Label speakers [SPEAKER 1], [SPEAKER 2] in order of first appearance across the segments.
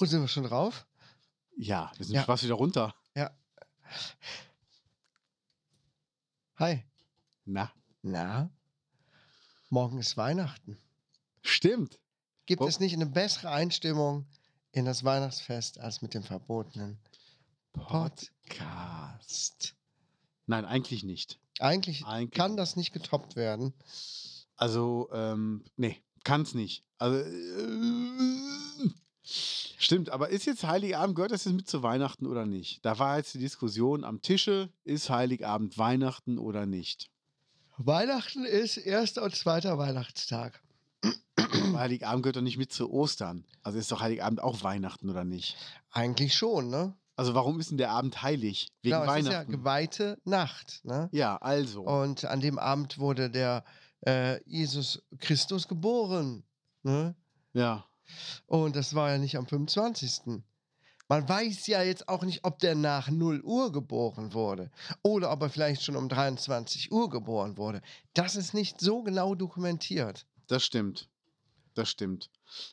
[SPEAKER 1] Und sind wir schon drauf?
[SPEAKER 2] Ja, wir sind
[SPEAKER 1] Ja.
[SPEAKER 2] fast wieder runter.
[SPEAKER 1] Ja. Hi.
[SPEAKER 2] Na,
[SPEAKER 1] Na? Morgen ist Weihnachten.
[SPEAKER 2] stimmt.
[SPEAKER 1] Gibt
[SPEAKER 2] Oh.
[SPEAKER 1] es nicht eine bessere Einstimmung in das Weihnachtsfest als mit dem verbotenen
[SPEAKER 2] Podcast.
[SPEAKER 1] Podcast?
[SPEAKER 2] Nein, eigentlich nicht.
[SPEAKER 1] Eigentlich,
[SPEAKER 2] Eigentlich
[SPEAKER 1] kann das nicht getoppt werden.
[SPEAKER 2] Also, ähm, nee, kann's nicht. Also, äh, stimmt, aber ist jetzt Heiligabend, gehört das jetzt mit zu Weihnachten oder nicht? Da war jetzt die Diskussion am Tische, ist Heiligabend Weihnachten oder nicht?
[SPEAKER 1] Weihnachten ist erster und zweiter Weihnachtstag.
[SPEAKER 2] Aber Heiligabend gehört doch nicht mit zu Ostern. Also ist doch Heiligabend auch Weihnachten oder nicht?
[SPEAKER 1] Eigentlich schon, ne?
[SPEAKER 2] Also warum ist denn der Abend heilig? Wegen
[SPEAKER 1] Genau, es ist ja
[SPEAKER 2] Weihnachten.
[SPEAKER 1] geweihte Nacht, ne?
[SPEAKER 2] ja, also.
[SPEAKER 1] Und an dem Abend wurde der äh, Jesus Christus geboren, ne?
[SPEAKER 2] Ja.
[SPEAKER 1] Und das war ja nicht am 25. Man weiß ja jetzt auch nicht, ob der nach 0 Uhr geboren wurde oder ob er vielleicht schon um 23 Uhr geboren wurde. Das ist nicht so genau dokumentiert.
[SPEAKER 2] Das stimmt. Das stimmt.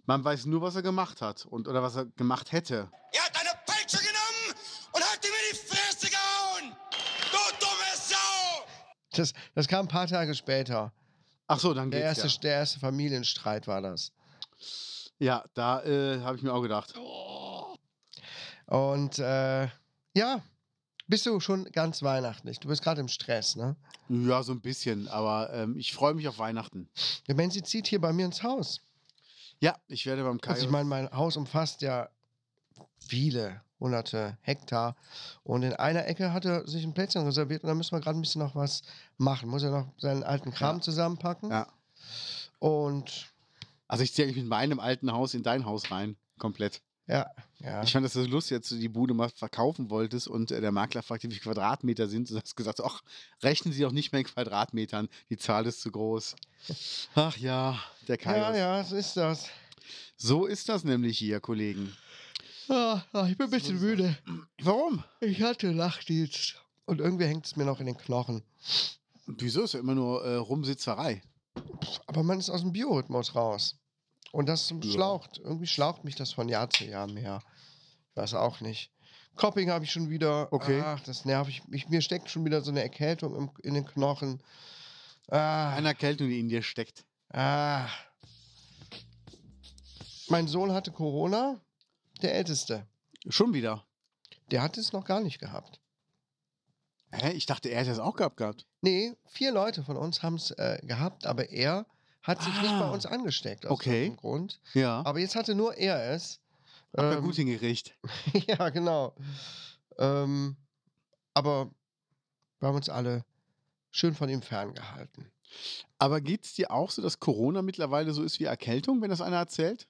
[SPEAKER 2] Man weiß nur, was er gemacht hat und oder was er gemacht hätte.
[SPEAKER 3] Er hat eine Peitsche genommen und hat ihm in die Fresse gehauen! Du dumme Sau!
[SPEAKER 1] Das, das kam ein paar Tage später.
[SPEAKER 2] Ach so, dann
[SPEAKER 1] Der
[SPEAKER 2] geht's
[SPEAKER 1] erste, der erste Familienstreit war das.
[SPEAKER 2] ja. Ja, da äh, habe ich mir auch gedacht.
[SPEAKER 1] Und äh, ja, bist du schon ganz weihnachtlich. Du bist gerade im Stress, ne?
[SPEAKER 2] Ja, so ein bisschen, aber ähm, ich freue mich auf Weihnachten.
[SPEAKER 1] Der Menzi zieht hier bei mir ins Haus.
[SPEAKER 2] Ja, ich werde beim Kai.
[SPEAKER 1] Also ich meine, mein Haus umfasst ja viele hunderte Hektar. Und in einer Ecke hat er sich ein Plätzchen reserviert und da müssen wir gerade ein bisschen noch was machen. Muss er noch seinen alten Kram
[SPEAKER 2] Ja.
[SPEAKER 1] zusammenpacken.
[SPEAKER 2] ja.
[SPEAKER 1] Und
[SPEAKER 2] Also ich ziehe eigentlich mit meinem alten Haus in dein Haus rein. Komplett.
[SPEAKER 1] ja, ja.
[SPEAKER 2] Ich fand das so lustig, als du die Bude mal verkaufen wolltest und äh, der Makler fragte, wie viele Quadratmeter sind. Du hast gesagt, ach, rechnen Sie doch nicht mehr in Quadratmetern. Die Zahl ist zu groß. Ach ja, der Kai.
[SPEAKER 1] ja, ja, es ist das.
[SPEAKER 2] So ist das nämlich hier, Kollegen.
[SPEAKER 1] Ah, ah, ich bin ein bisschen müde.
[SPEAKER 2] Warum?
[SPEAKER 1] Ich hatte Nachtdienst. Und irgendwie hängt es mir noch in den Knochen.
[SPEAKER 2] Wieso ist ja immer nur äh, Rumsitzerei?
[SPEAKER 1] Aber man ist aus dem Biorhythmus raus. Und das schlaucht. Irgendwie schlaucht mich das von Jahr zu Jahr mehr. Ich weiß auch nicht. Copping habe ich schon wieder.
[SPEAKER 2] Okay.
[SPEAKER 1] Ach, das nervt. Ich, ich, mir steckt schon wieder so eine Erkältung im, in den Knochen. Ah,
[SPEAKER 2] Eine Erkältung, die in dir steckt.
[SPEAKER 1] ah. Mein Sohn hatte Corona, der Älteste.
[SPEAKER 2] Schon wieder.
[SPEAKER 1] Der hatte es noch gar nicht gehabt.
[SPEAKER 2] Hä? Ich dachte, er hätte das auch gehabt gehabt.
[SPEAKER 1] Nee, vier Leute von uns haben es äh, gehabt, aber er hat sich nicht
[SPEAKER 2] Ah.
[SPEAKER 1] bei uns angesteckt. Aus
[SPEAKER 2] Okay.
[SPEAKER 1] irgendeinem Grund.
[SPEAKER 2] Ja.
[SPEAKER 1] Aber jetzt hatte nur er es.
[SPEAKER 2] Hat er
[SPEAKER 1] Ähm,
[SPEAKER 2] gut hingekriegt.
[SPEAKER 1] Ja, genau. Ähm, aber wir haben uns alle schön von ihm ferngehalten.
[SPEAKER 2] Aber geht es dir auch so, dass Corona mittlerweile so ist wie Erkältung, wenn das einer erzählt?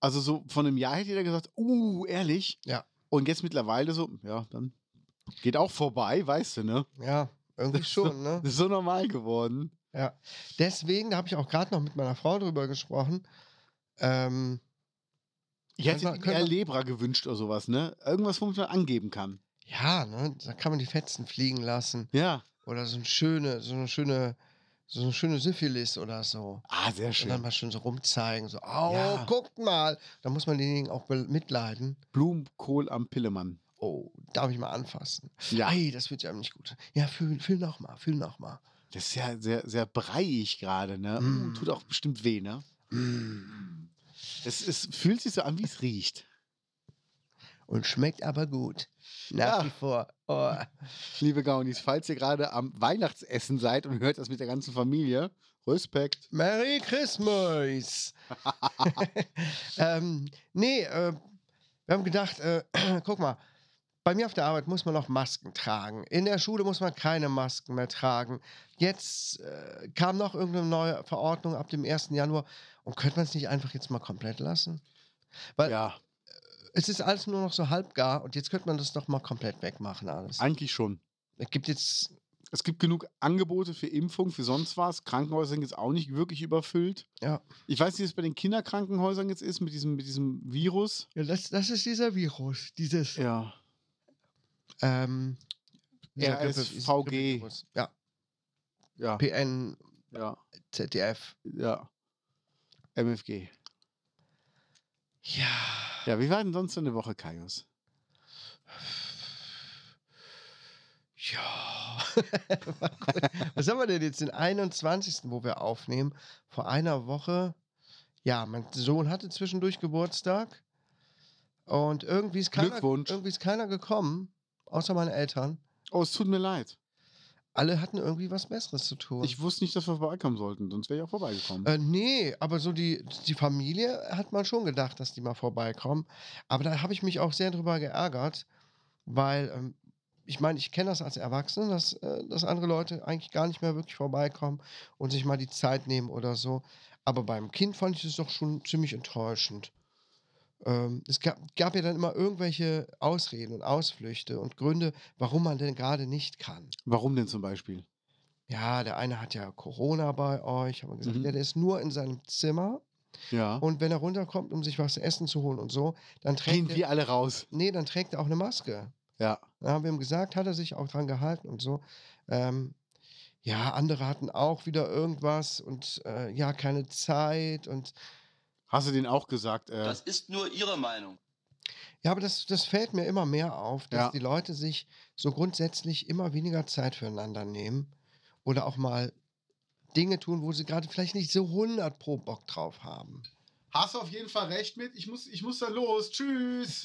[SPEAKER 2] Also so von einem Jahr hätte jeder gesagt, uh, ehrlich?
[SPEAKER 1] Ja.
[SPEAKER 2] Und jetzt mittlerweile so, ja, dann geht auch vorbei, weißt du, ne?
[SPEAKER 1] Ja, irgendwie schon, ne?
[SPEAKER 2] Das ist so normal geworden.
[SPEAKER 1] Ja. Deswegen, da habe ich auch gerade noch mit meiner Frau drüber gesprochen. Ähm,
[SPEAKER 2] Ich
[SPEAKER 1] Können
[SPEAKER 2] hätte
[SPEAKER 1] wir-
[SPEAKER 2] mir
[SPEAKER 1] können wir-
[SPEAKER 2] eher Lebra gewünscht oder sowas, ne? Irgendwas, womit man angeben kann.
[SPEAKER 1] ja, ne, da kann man die Fetzen fliegen lassen.
[SPEAKER 2] Ja.
[SPEAKER 1] Oder so, ein schöne, so eine schöne So eine schöne Syphilis oder so.
[SPEAKER 2] Ah, sehr
[SPEAKER 1] Und dann
[SPEAKER 2] schön.
[SPEAKER 1] mal schön so rumzeigen, so, au,
[SPEAKER 2] Ja.
[SPEAKER 1] guck mal. Da muss man denjenigen auch be- mitleiden.
[SPEAKER 2] Blumenkohl am Pillemann.
[SPEAKER 1] Oh, darf ich mal anfassen?
[SPEAKER 2] Ja.
[SPEAKER 1] Ei, das wird ja nicht gut. Ja, fühl, fühl nochmal, fühl nochmal.
[SPEAKER 2] Das ist ja sehr, sehr breiig gerade, ne?
[SPEAKER 1] Mm.
[SPEAKER 2] Uh, tut auch bestimmt weh, ne? Es, es fühlt sich so an, wie es riecht.
[SPEAKER 1] Und schmeckt aber gut. Nach
[SPEAKER 2] Ja.
[SPEAKER 1] wie vor. Oh.
[SPEAKER 2] Liebe Gaunis, falls ihr gerade am Weihnachtsessen seid und hört das mit der ganzen Familie, Respekt.
[SPEAKER 1] Merry Christmas! ähm, nee, äh, wir haben gedacht, äh, guck mal, bei mir auf der Arbeit muss man noch Masken tragen. In der Schule muss man keine Masken mehr tragen. Jetzt äh, kam noch irgendeine neue Verordnung ab dem 1. Januar. Und könnte man es nicht einfach jetzt mal komplett lassen? Weil
[SPEAKER 2] Ja,
[SPEAKER 1] es ist alles nur noch so halbgar und jetzt könnte man das doch mal komplett wegmachen alles.
[SPEAKER 2] eigentlich schon.
[SPEAKER 1] Es gibt jetzt,
[SPEAKER 2] Es gibt genug Angebote für Impfung, für sonst was. Krankenhäuser sind jetzt auch nicht wirklich überfüllt.
[SPEAKER 1] Ja.
[SPEAKER 2] Ich weiß nicht, wie es bei den Kinderkrankenhäusern jetzt ist mit diesem, mit diesem Virus.
[SPEAKER 1] ja, das, das ist dieser Virus, dieses
[SPEAKER 2] Ja.
[SPEAKER 1] ähm, dieser Grippe-
[SPEAKER 2] RSVG.
[SPEAKER 1] Grippevirus. Ja, Ah.
[SPEAKER 2] Ja,
[SPEAKER 1] PN,
[SPEAKER 2] ja,
[SPEAKER 1] ZDF.
[SPEAKER 2] ja. MFG.
[SPEAKER 1] Ja.
[SPEAKER 2] Ja, wie war denn sonst so eine Woche, Kaius?
[SPEAKER 1] Ja. War gut. Was haben wir denn jetzt? Den 21., wo wir aufnehmen. Vor einer Woche. Ja, mein Sohn hatte zwischendurch Geburtstag. Und irgendwie ist keiner,
[SPEAKER 2] Glückwunsch.
[SPEAKER 1] irgendwie ist keiner gekommen, außer meine Eltern.
[SPEAKER 2] Oh, es tut mir leid.
[SPEAKER 1] Alle hatten irgendwie was Besseres zu tun.
[SPEAKER 2] Ich wusste nicht, dass wir vorbeikommen sollten, sonst wäre ich auch vorbeigekommen.
[SPEAKER 1] Äh, nee, aber so die, die Familie hat man schon gedacht, dass die mal vorbeikommen. Aber da habe ich mich auch sehr drüber geärgert, weil ähm, ich meine, ich kenne das als Erwachsene, dass, äh, dass andere Leute eigentlich gar nicht mehr wirklich vorbeikommen und sich mal die Zeit nehmen oder so. Aber beim Kind fand ich es doch schon ziemlich enttäuschend. Ähm, es gab, gab ja dann immer irgendwelche Ausreden und Ausflüchte und Gründe, warum man denn gerade nicht kann.
[SPEAKER 2] Warum denn zum Beispiel?
[SPEAKER 1] Ja, der eine hat ja Corona bei euch, haben wir gesagt,
[SPEAKER 2] Mhm.
[SPEAKER 1] ja, der ist nur in seinem Zimmer
[SPEAKER 2] Ja.
[SPEAKER 1] und wenn er runterkommt, um sich was zu essen zu holen und so, dann
[SPEAKER 2] Gehen
[SPEAKER 1] trägt, er,
[SPEAKER 2] wir alle raus.
[SPEAKER 1] nee, dann trägt er auch eine Maske.
[SPEAKER 2] Ja.
[SPEAKER 1] Da haben wir ihm gesagt, hat er sich auch dran gehalten und so. Ähm, ja, andere hatten auch wieder irgendwas und äh, ja, keine Zeit und
[SPEAKER 2] Hast du denen auch gesagt? Äh,
[SPEAKER 3] Das ist nur Ihre Meinung.
[SPEAKER 1] ja, aber das, das fällt mir immer mehr auf, dass
[SPEAKER 2] Ja.
[SPEAKER 1] die Leute sich so grundsätzlich immer weniger Zeit füreinander nehmen oder auch mal Dinge tun, wo sie gerade vielleicht nicht so 100 pro Bock drauf haben.
[SPEAKER 2] hast du auf jeden Fall recht mit? Ich muss, ich muss da los. Tschüss.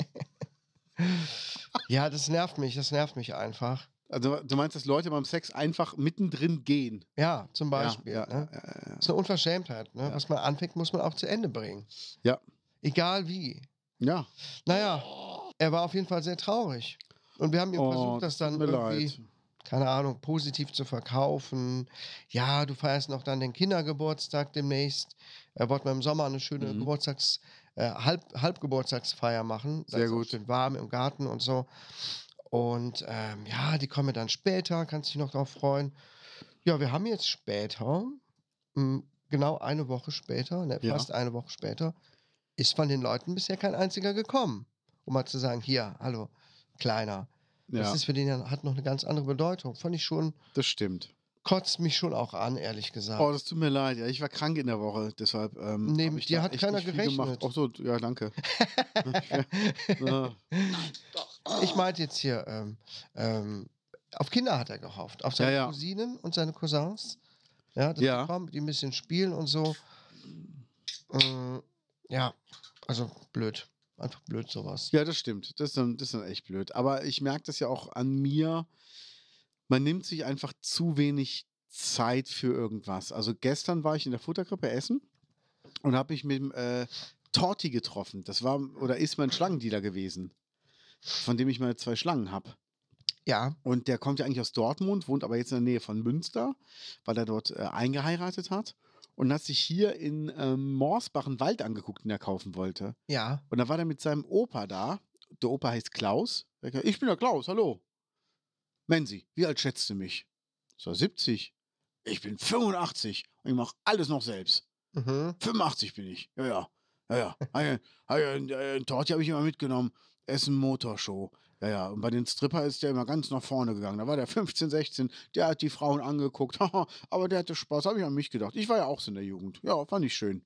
[SPEAKER 1] Ja, das nervt mich, das nervt mich einfach.
[SPEAKER 2] Also, du meinst, dass Leute beim Sex einfach mittendrin gehen?
[SPEAKER 1] Ja, zum Beispiel.
[SPEAKER 2] Ja, ja,
[SPEAKER 1] ne?
[SPEAKER 2] ja, ja, ja.
[SPEAKER 1] Das ist eine Unverschämtheit. Ne?
[SPEAKER 2] Ja.
[SPEAKER 1] Was man anfängt, muss man auch zu Ende bringen.
[SPEAKER 2] Ja.
[SPEAKER 1] Egal wie.
[SPEAKER 2] ja.
[SPEAKER 1] Naja, er war auf jeden Fall sehr traurig. Und wir haben ihm
[SPEAKER 2] Oh,
[SPEAKER 1] versucht, das dann
[SPEAKER 2] tut mir
[SPEAKER 1] irgendwie,
[SPEAKER 2] leid.
[SPEAKER 1] keine Ahnung, positiv zu verkaufen. Ja, du feierst noch dann den Kindergeburtstag demnächst. Er wollte mal im Sommer eine schöne
[SPEAKER 2] Mhm.
[SPEAKER 1] Geburtstags-, äh, Halb, Halbgeburtstagsfeier machen. Da
[SPEAKER 2] Sehr
[SPEAKER 1] ist auch
[SPEAKER 2] gut.
[SPEAKER 1] Schön warm im Garten und so. Und ähm, ja, die kommen dann später, kannst dich noch drauf freuen. Ja, wir haben jetzt später, mh, genau eine Woche später, ne,
[SPEAKER 2] Ja.
[SPEAKER 1] fast eine Woche später, ist von den Leuten bisher kein einziger gekommen, um mal zu sagen, hier, hallo, kleiner. Das
[SPEAKER 2] Ja,
[SPEAKER 1] ist für den ja, hat noch eine ganz andere Bedeutung. Fand ich schon,
[SPEAKER 2] das stimmt.
[SPEAKER 1] kotzt mich schon auch an, ehrlich gesagt.
[SPEAKER 2] Oh, das tut mir leid. Ja, ich war krank in der Woche, deshalb. Ähm,
[SPEAKER 1] Nee,
[SPEAKER 2] hab
[SPEAKER 1] mit
[SPEAKER 2] ich
[SPEAKER 1] dir
[SPEAKER 2] da
[SPEAKER 1] hat
[SPEAKER 2] echt
[SPEAKER 1] keiner
[SPEAKER 2] nicht viel gemacht.
[SPEAKER 1] gerechnet.
[SPEAKER 2] Ach so, ja, danke. Ja. Oh.
[SPEAKER 1] ich meinte jetzt hier, ähm, ähm, auf Kinder hat er gehofft, auf seine
[SPEAKER 2] Ja, ja.
[SPEAKER 1] Cousinen und seine Cousins. Ja, dass
[SPEAKER 2] Ja.
[SPEAKER 1] die kommen, die ein bisschen spielen und so. Ähm, ja, also blöd. Einfach blöd sowas.
[SPEAKER 2] Ja, das stimmt. Das ist, dann, das ist dann echt blöd. Aber ich merke das ja auch an mir. Man nimmt sich einfach zu wenig Zeit für irgendwas. Also gestern war ich in der Futterkrippe essen und habe mich mit dem äh, Torti getroffen. Das war oder ist mein Schlangendealer gewesen, von dem ich meine zwei Schlangen habe.
[SPEAKER 1] Ja,
[SPEAKER 2] Und der kommt ja eigentlich aus Dortmund, wohnt aber jetzt in der Nähe von Münster, weil er dort äh, eingeheiratet hat und hat sich hier in ähm, Morsbach einen Wald angeguckt, den er kaufen wollte.
[SPEAKER 1] ja.
[SPEAKER 2] Und da war der mit seinem Opa da. Der Opa heißt Klaus. Der hat gesagt, Ich bin der Klaus, hallo. Menzi, wie alt schätzt du mich? So, 70. Ich bin 85 und ich mache alles noch selbst.
[SPEAKER 1] Mhm.
[SPEAKER 2] äh, 85 bin ich. Ja, ja. Ja, ja. Ein, ein, ein, ein Torti habe ich immer mitgenommen. Essen Motorshow. Ja, ja, und bei den Stripper ist der immer ganz nach vorne gegangen. Da war der 15, 16, der hat die Frauen angeguckt. Haha, aber der hatte Spaß, habe ich an mich gedacht. Ich war ja auch so in der Jugend. Ja, fand ich schön.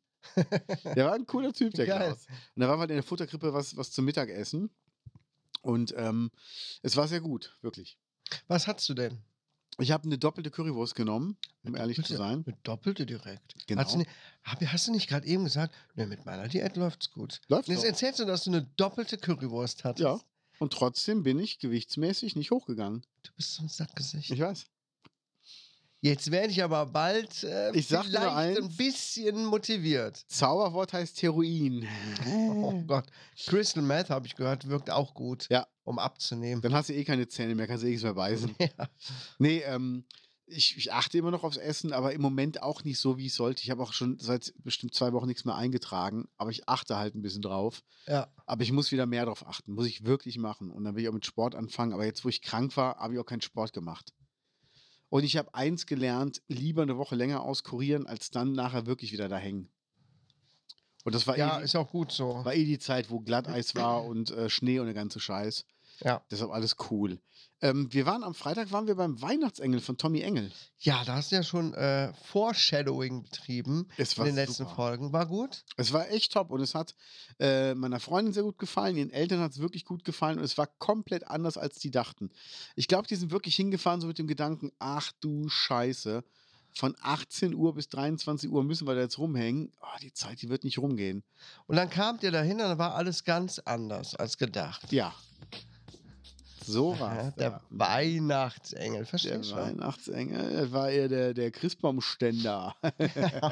[SPEAKER 2] der war ein cooler Typ, der
[SPEAKER 1] Geil.
[SPEAKER 2] Klaus. Und da war halt in der Futterkrippe was, was zum Mittagessen. Und ähm, es war sehr gut, wirklich.
[SPEAKER 1] Was hast du denn?
[SPEAKER 2] Ich habe eine doppelte Currywurst genommen, um
[SPEAKER 1] Eine
[SPEAKER 2] ehrlich zu
[SPEAKER 1] doppelte?
[SPEAKER 2] sein.
[SPEAKER 1] Eine doppelte direkt.
[SPEAKER 2] Genau.
[SPEAKER 1] Hast du nicht, hab, hast du nicht gerade eben gesagt, ne, mit meiner Diät läuft's gut.
[SPEAKER 2] Läuft
[SPEAKER 1] Und jetzt
[SPEAKER 2] doch.
[SPEAKER 1] erzählst du, dass du eine doppelte Currywurst hattest.
[SPEAKER 2] Ja. Und trotzdem bin ich gewichtsmäßig nicht hochgegangen.
[SPEAKER 1] Du bist so ein Sackgesicht.
[SPEAKER 2] Ich weiß.
[SPEAKER 1] Jetzt werde ich aber bald äh,
[SPEAKER 2] Ich sag dir
[SPEAKER 1] vielleicht ein
[SPEAKER 2] eins.
[SPEAKER 1] bisschen motiviert.
[SPEAKER 2] Zauberwort heißt Heroin.
[SPEAKER 1] Oh Gott. Crystal Meth, habe ich gehört, wirkt auch gut,
[SPEAKER 2] Ja.
[SPEAKER 1] um abzunehmen.
[SPEAKER 2] Dann hast du eh keine Zähne mehr, kannst du eh nichts mehr beißen.
[SPEAKER 1] Ja.
[SPEAKER 2] Nee, ähm, ich, ich achte immer noch aufs Essen, aber im Moment auch nicht so, wie ich sollte. Ich habe auch schon seit bestimmt zwei Wochen nichts mehr eingetragen, aber ich achte halt ein bisschen drauf.
[SPEAKER 1] ja.
[SPEAKER 2] Aber ich muss wieder mehr drauf achten, muss ich wirklich machen. Und dann will ich auch mit Sport anfangen. Aber jetzt, wo ich krank war, habe ich auch keinen Sport gemacht. Und ich habe eins gelernt, lieber eine Woche länger auskurieren, als dann nachher wirklich wieder da hängen. Und das war,
[SPEAKER 1] ja,
[SPEAKER 2] eh,
[SPEAKER 1] ist auch gut so.
[SPEAKER 2] war eh die Zeit, wo Glatteis war und äh, Schnee und der ganze Scheiß.
[SPEAKER 1] Ja.
[SPEAKER 2] Deshalb alles cool. Ähm, wir waren am Freitag waren wir beim Weihnachtsengel von Tommy Engel.
[SPEAKER 1] Ja, da hast du ja schon äh, Foreshadowing betrieben
[SPEAKER 2] Es
[SPEAKER 1] in den letzten
[SPEAKER 2] super.
[SPEAKER 1] Folgen. War gut.
[SPEAKER 2] Es war echt top und es hat äh, meiner Freundin sehr gut gefallen, ihren Eltern hat es wirklich gut gefallen und es war komplett anders, als die dachten. Ich glaube, die sind wirklich hingefahren, so mit dem Gedanken, ach du Scheiße, von 18 Uhr bis 23 Uhr müssen wir da jetzt rumhängen. Ah, die Zeit, die wird nicht rumgehen.
[SPEAKER 1] Und dann kamt ihr dahin und dann war alles ganz anders als gedacht.
[SPEAKER 2] Ja. So
[SPEAKER 1] Ja,
[SPEAKER 2] war's.
[SPEAKER 1] der
[SPEAKER 2] ja.
[SPEAKER 1] Weihnachtsengel,
[SPEAKER 2] Der
[SPEAKER 1] verstehst du?
[SPEAKER 2] Weihnachtsengel das war eher der, der Christbaumständer.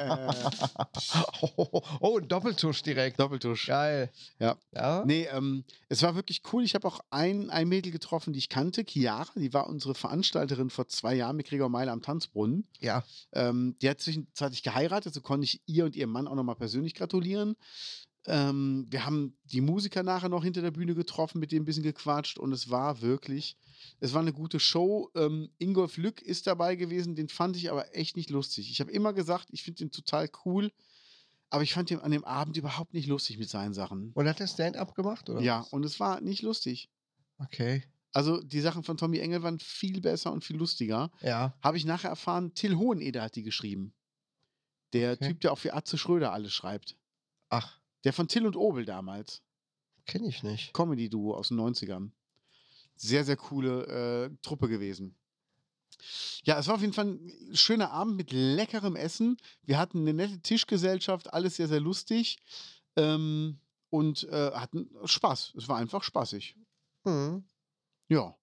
[SPEAKER 1] Oh, oh, oh, oh, ein Doppeltusch direkt.
[SPEAKER 2] Doppeltusch.
[SPEAKER 1] Geil.
[SPEAKER 2] Ja.
[SPEAKER 1] ja?
[SPEAKER 2] Nee, ähm, es war wirklich cool. Ich habe auch ein, ein Mädel getroffen, die ich kannte, Chiara, die war unsere Veranstalterin vor zwei Jahren mit Gregor Meiler am Tanzbrunnen.
[SPEAKER 1] Ja.
[SPEAKER 2] Ähm, die hat zwischenzeitlich geheiratet, so konnte ich ihr und ihrem Mann auch nochmal persönlich gratulieren. Ähm, wir haben die Musiker nachher noch hinter der Bühne getroffen, mit denen ein bisschen gequatscht und es war wirklich, es war eine gute Show. Ähm, Ingolf Lück ist dabei gewesen, den fand ich aber echt nicht lustig. Ich habe immer gesagt, ich finde den total cool, aber ich fand den an dem Abend überhaupt nicht lustig mit seinen Sachen.
[SPEAKER 1] Und hat er Stand-up gemacht, oder?
[SPEAKER 2] Ja,
[SPEAKER 1] was?
[SPEAKER 2] und es war nicht lustig.
[SPEAKER 1] Okay.
[SPEAKER 2] Also die Sachen von Tommy Engel waren viel besser und viel lustiger.
[SPEAKER 1] Ja.
[SPEAKER 2] Habe ich nachher erfahren, Till Hoheneder hat die geschrieben. Der
[SPEAKER 1] Okay.
[SPEAKER 2] Typ, der auch für Atze Schröder alles schreibt.
[SPEAKER 1] Ach,
[SPEAKER 2] Der von Till und Obel damals.
[SPEAKER 1] kenne ich nicht.
[SPEAKER 2] Comedy-Duo aus den 90ern. Sehr, sehr coole äh, Truppe gewesen. Ja, es war auf jeden Fall ein schöner Abend mit leckerem Essen. Wir hatten eine nette Tischgesellschaft, alles sehr, sehr lustig. Ähm, und äh, hatten Spaß. Es war einfach spaßig.
[SPEAKER 1] Hm.
[SPEAKER 2] Ja.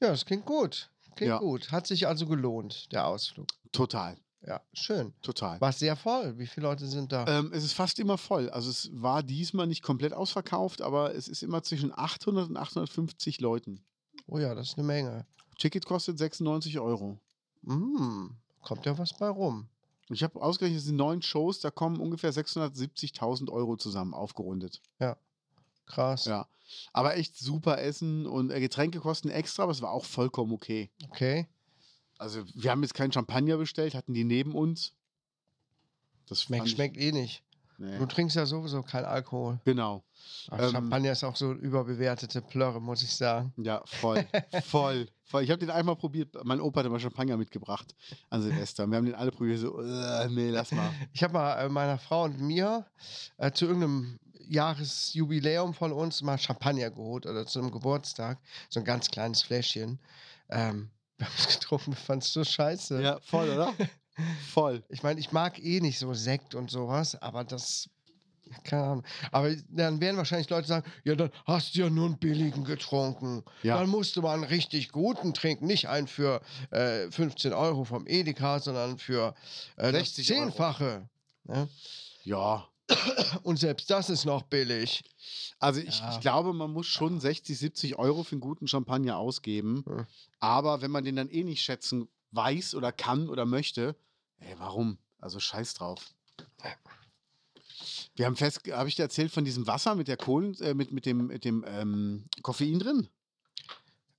[SPEAKER 1] Ja, das klingt gut. Klingt
[SPEAKER 2] Mhm. Ja.
[SPEAKER 1] gut. Hat sich also gelohnt, der Ausflug.
[SPEAKER 2] Total,
[SPEAKER 1] Ja, schön.
[SPEAKER 2] total.
[SPEAKER 1] War sehr voll. Wie viele Leute sind da?
[SPEAKER 2] Ähm, es ist fast immer voll. Also es war diesmal nicht komplett ausverkauft, aber es ist immer zwischen 800 und 850 Leuten.
[SPEAKER 1] Oh ja, das ist eine Menge.
[SPEAKER 2] Ticket kostet 96 Euro.
[SPEAKER 1] Mm, kommt ja was bei rum.
[SPEAKER 2] Ich habe ausgerechnet, es sind neun Shows, da kommen ungefähr 670.000 Euro zusammen, aufgerundet.
[SPEAKER 1] Krass.
[SPEAKER 2] Ja. Aber echt super Essen und äh, Getränke kosten extra, aber es war auch vollkommen okay.
[SPEAKER 1] Okay.
[SPEAKER 2] Also wir haben jetzt keinen Champagner bestellt, hatten die neben uns. Das
[SPEAKER 1] Schmeckt,
[SPEAKER 2] fand ich-
[SPEAKER 1] schmeckt eh nicht. Du
[SPEAKER 2] Nee.
[SPEAKER 1] trinkst ja sowieso kein Alkohol.
[SPEAKER 2] Genau.
[SPEAKER 1] Ach,
[SPEAKER 2] Ähm,
[SPEAKER 1] Champagner ist auch so überbewertete Plörre, muss ich sagen.
[SPEAKER 2] Ja, voll, voll, voll. Ich habe den einmal probiert. Mein Opa hat immer Champagner mitgebracht an Silvester. Wir haben den alle probiert. So, äh, nee, lass mal.
[SPEAKER 1] Ich habe mal äh, meiner Frau und mir äh, zu irgendeinem Jahresjubiläum von uns mal Champagner geholt oder zu einem Geburtstag. So ein ganz kleines Fläschchen. Ähm, wir haben es getrunken, wir fanden es so scheiße.
[SPEAKER 2] Ja, voll, oder? Voll.
[SPEAKER 1] Ich meine, ich mag eh nicht so Sekt und sowas, aber das. Keine Ahnung. Aber dann werden wahrscheinlich Leute sagen: Ja, dann hast du ja nur einen billigen getrunken.
[SPEAKER 2] Ja.
[SPEAKER 1] Dann musst du mal einen richtig guten trinken. Nicht einen für äh, 15 Euro vom Edeka, sondern für äh, das
[SPEAKER 2] 60 Euro.
[SPEAKER 1] Zehnfache. Ne?
[SPEAKER 2] Ja.
[SPEAKER 1] Und selbst das ist noch billig.
[SPEAKER 2] Also ich,
[SPEAKER 1] Ja.
[SPEAKER 2] ich glaube, man muss schon 60, 70 Euro für einen guten Champagner ausgeben.
[SPEAKER 1] Hm.
[SPEAKER 2] Aber wenn man den dann eh nicht schätzen weiß oder kann oder möchte, ey, warum? Also scheiß drauf. Wir haben fest, habe ich dir erzählt von diesem Wasser mit der Kohlen, äh, mit, mit dem, mit dem ähm, Koffein drin?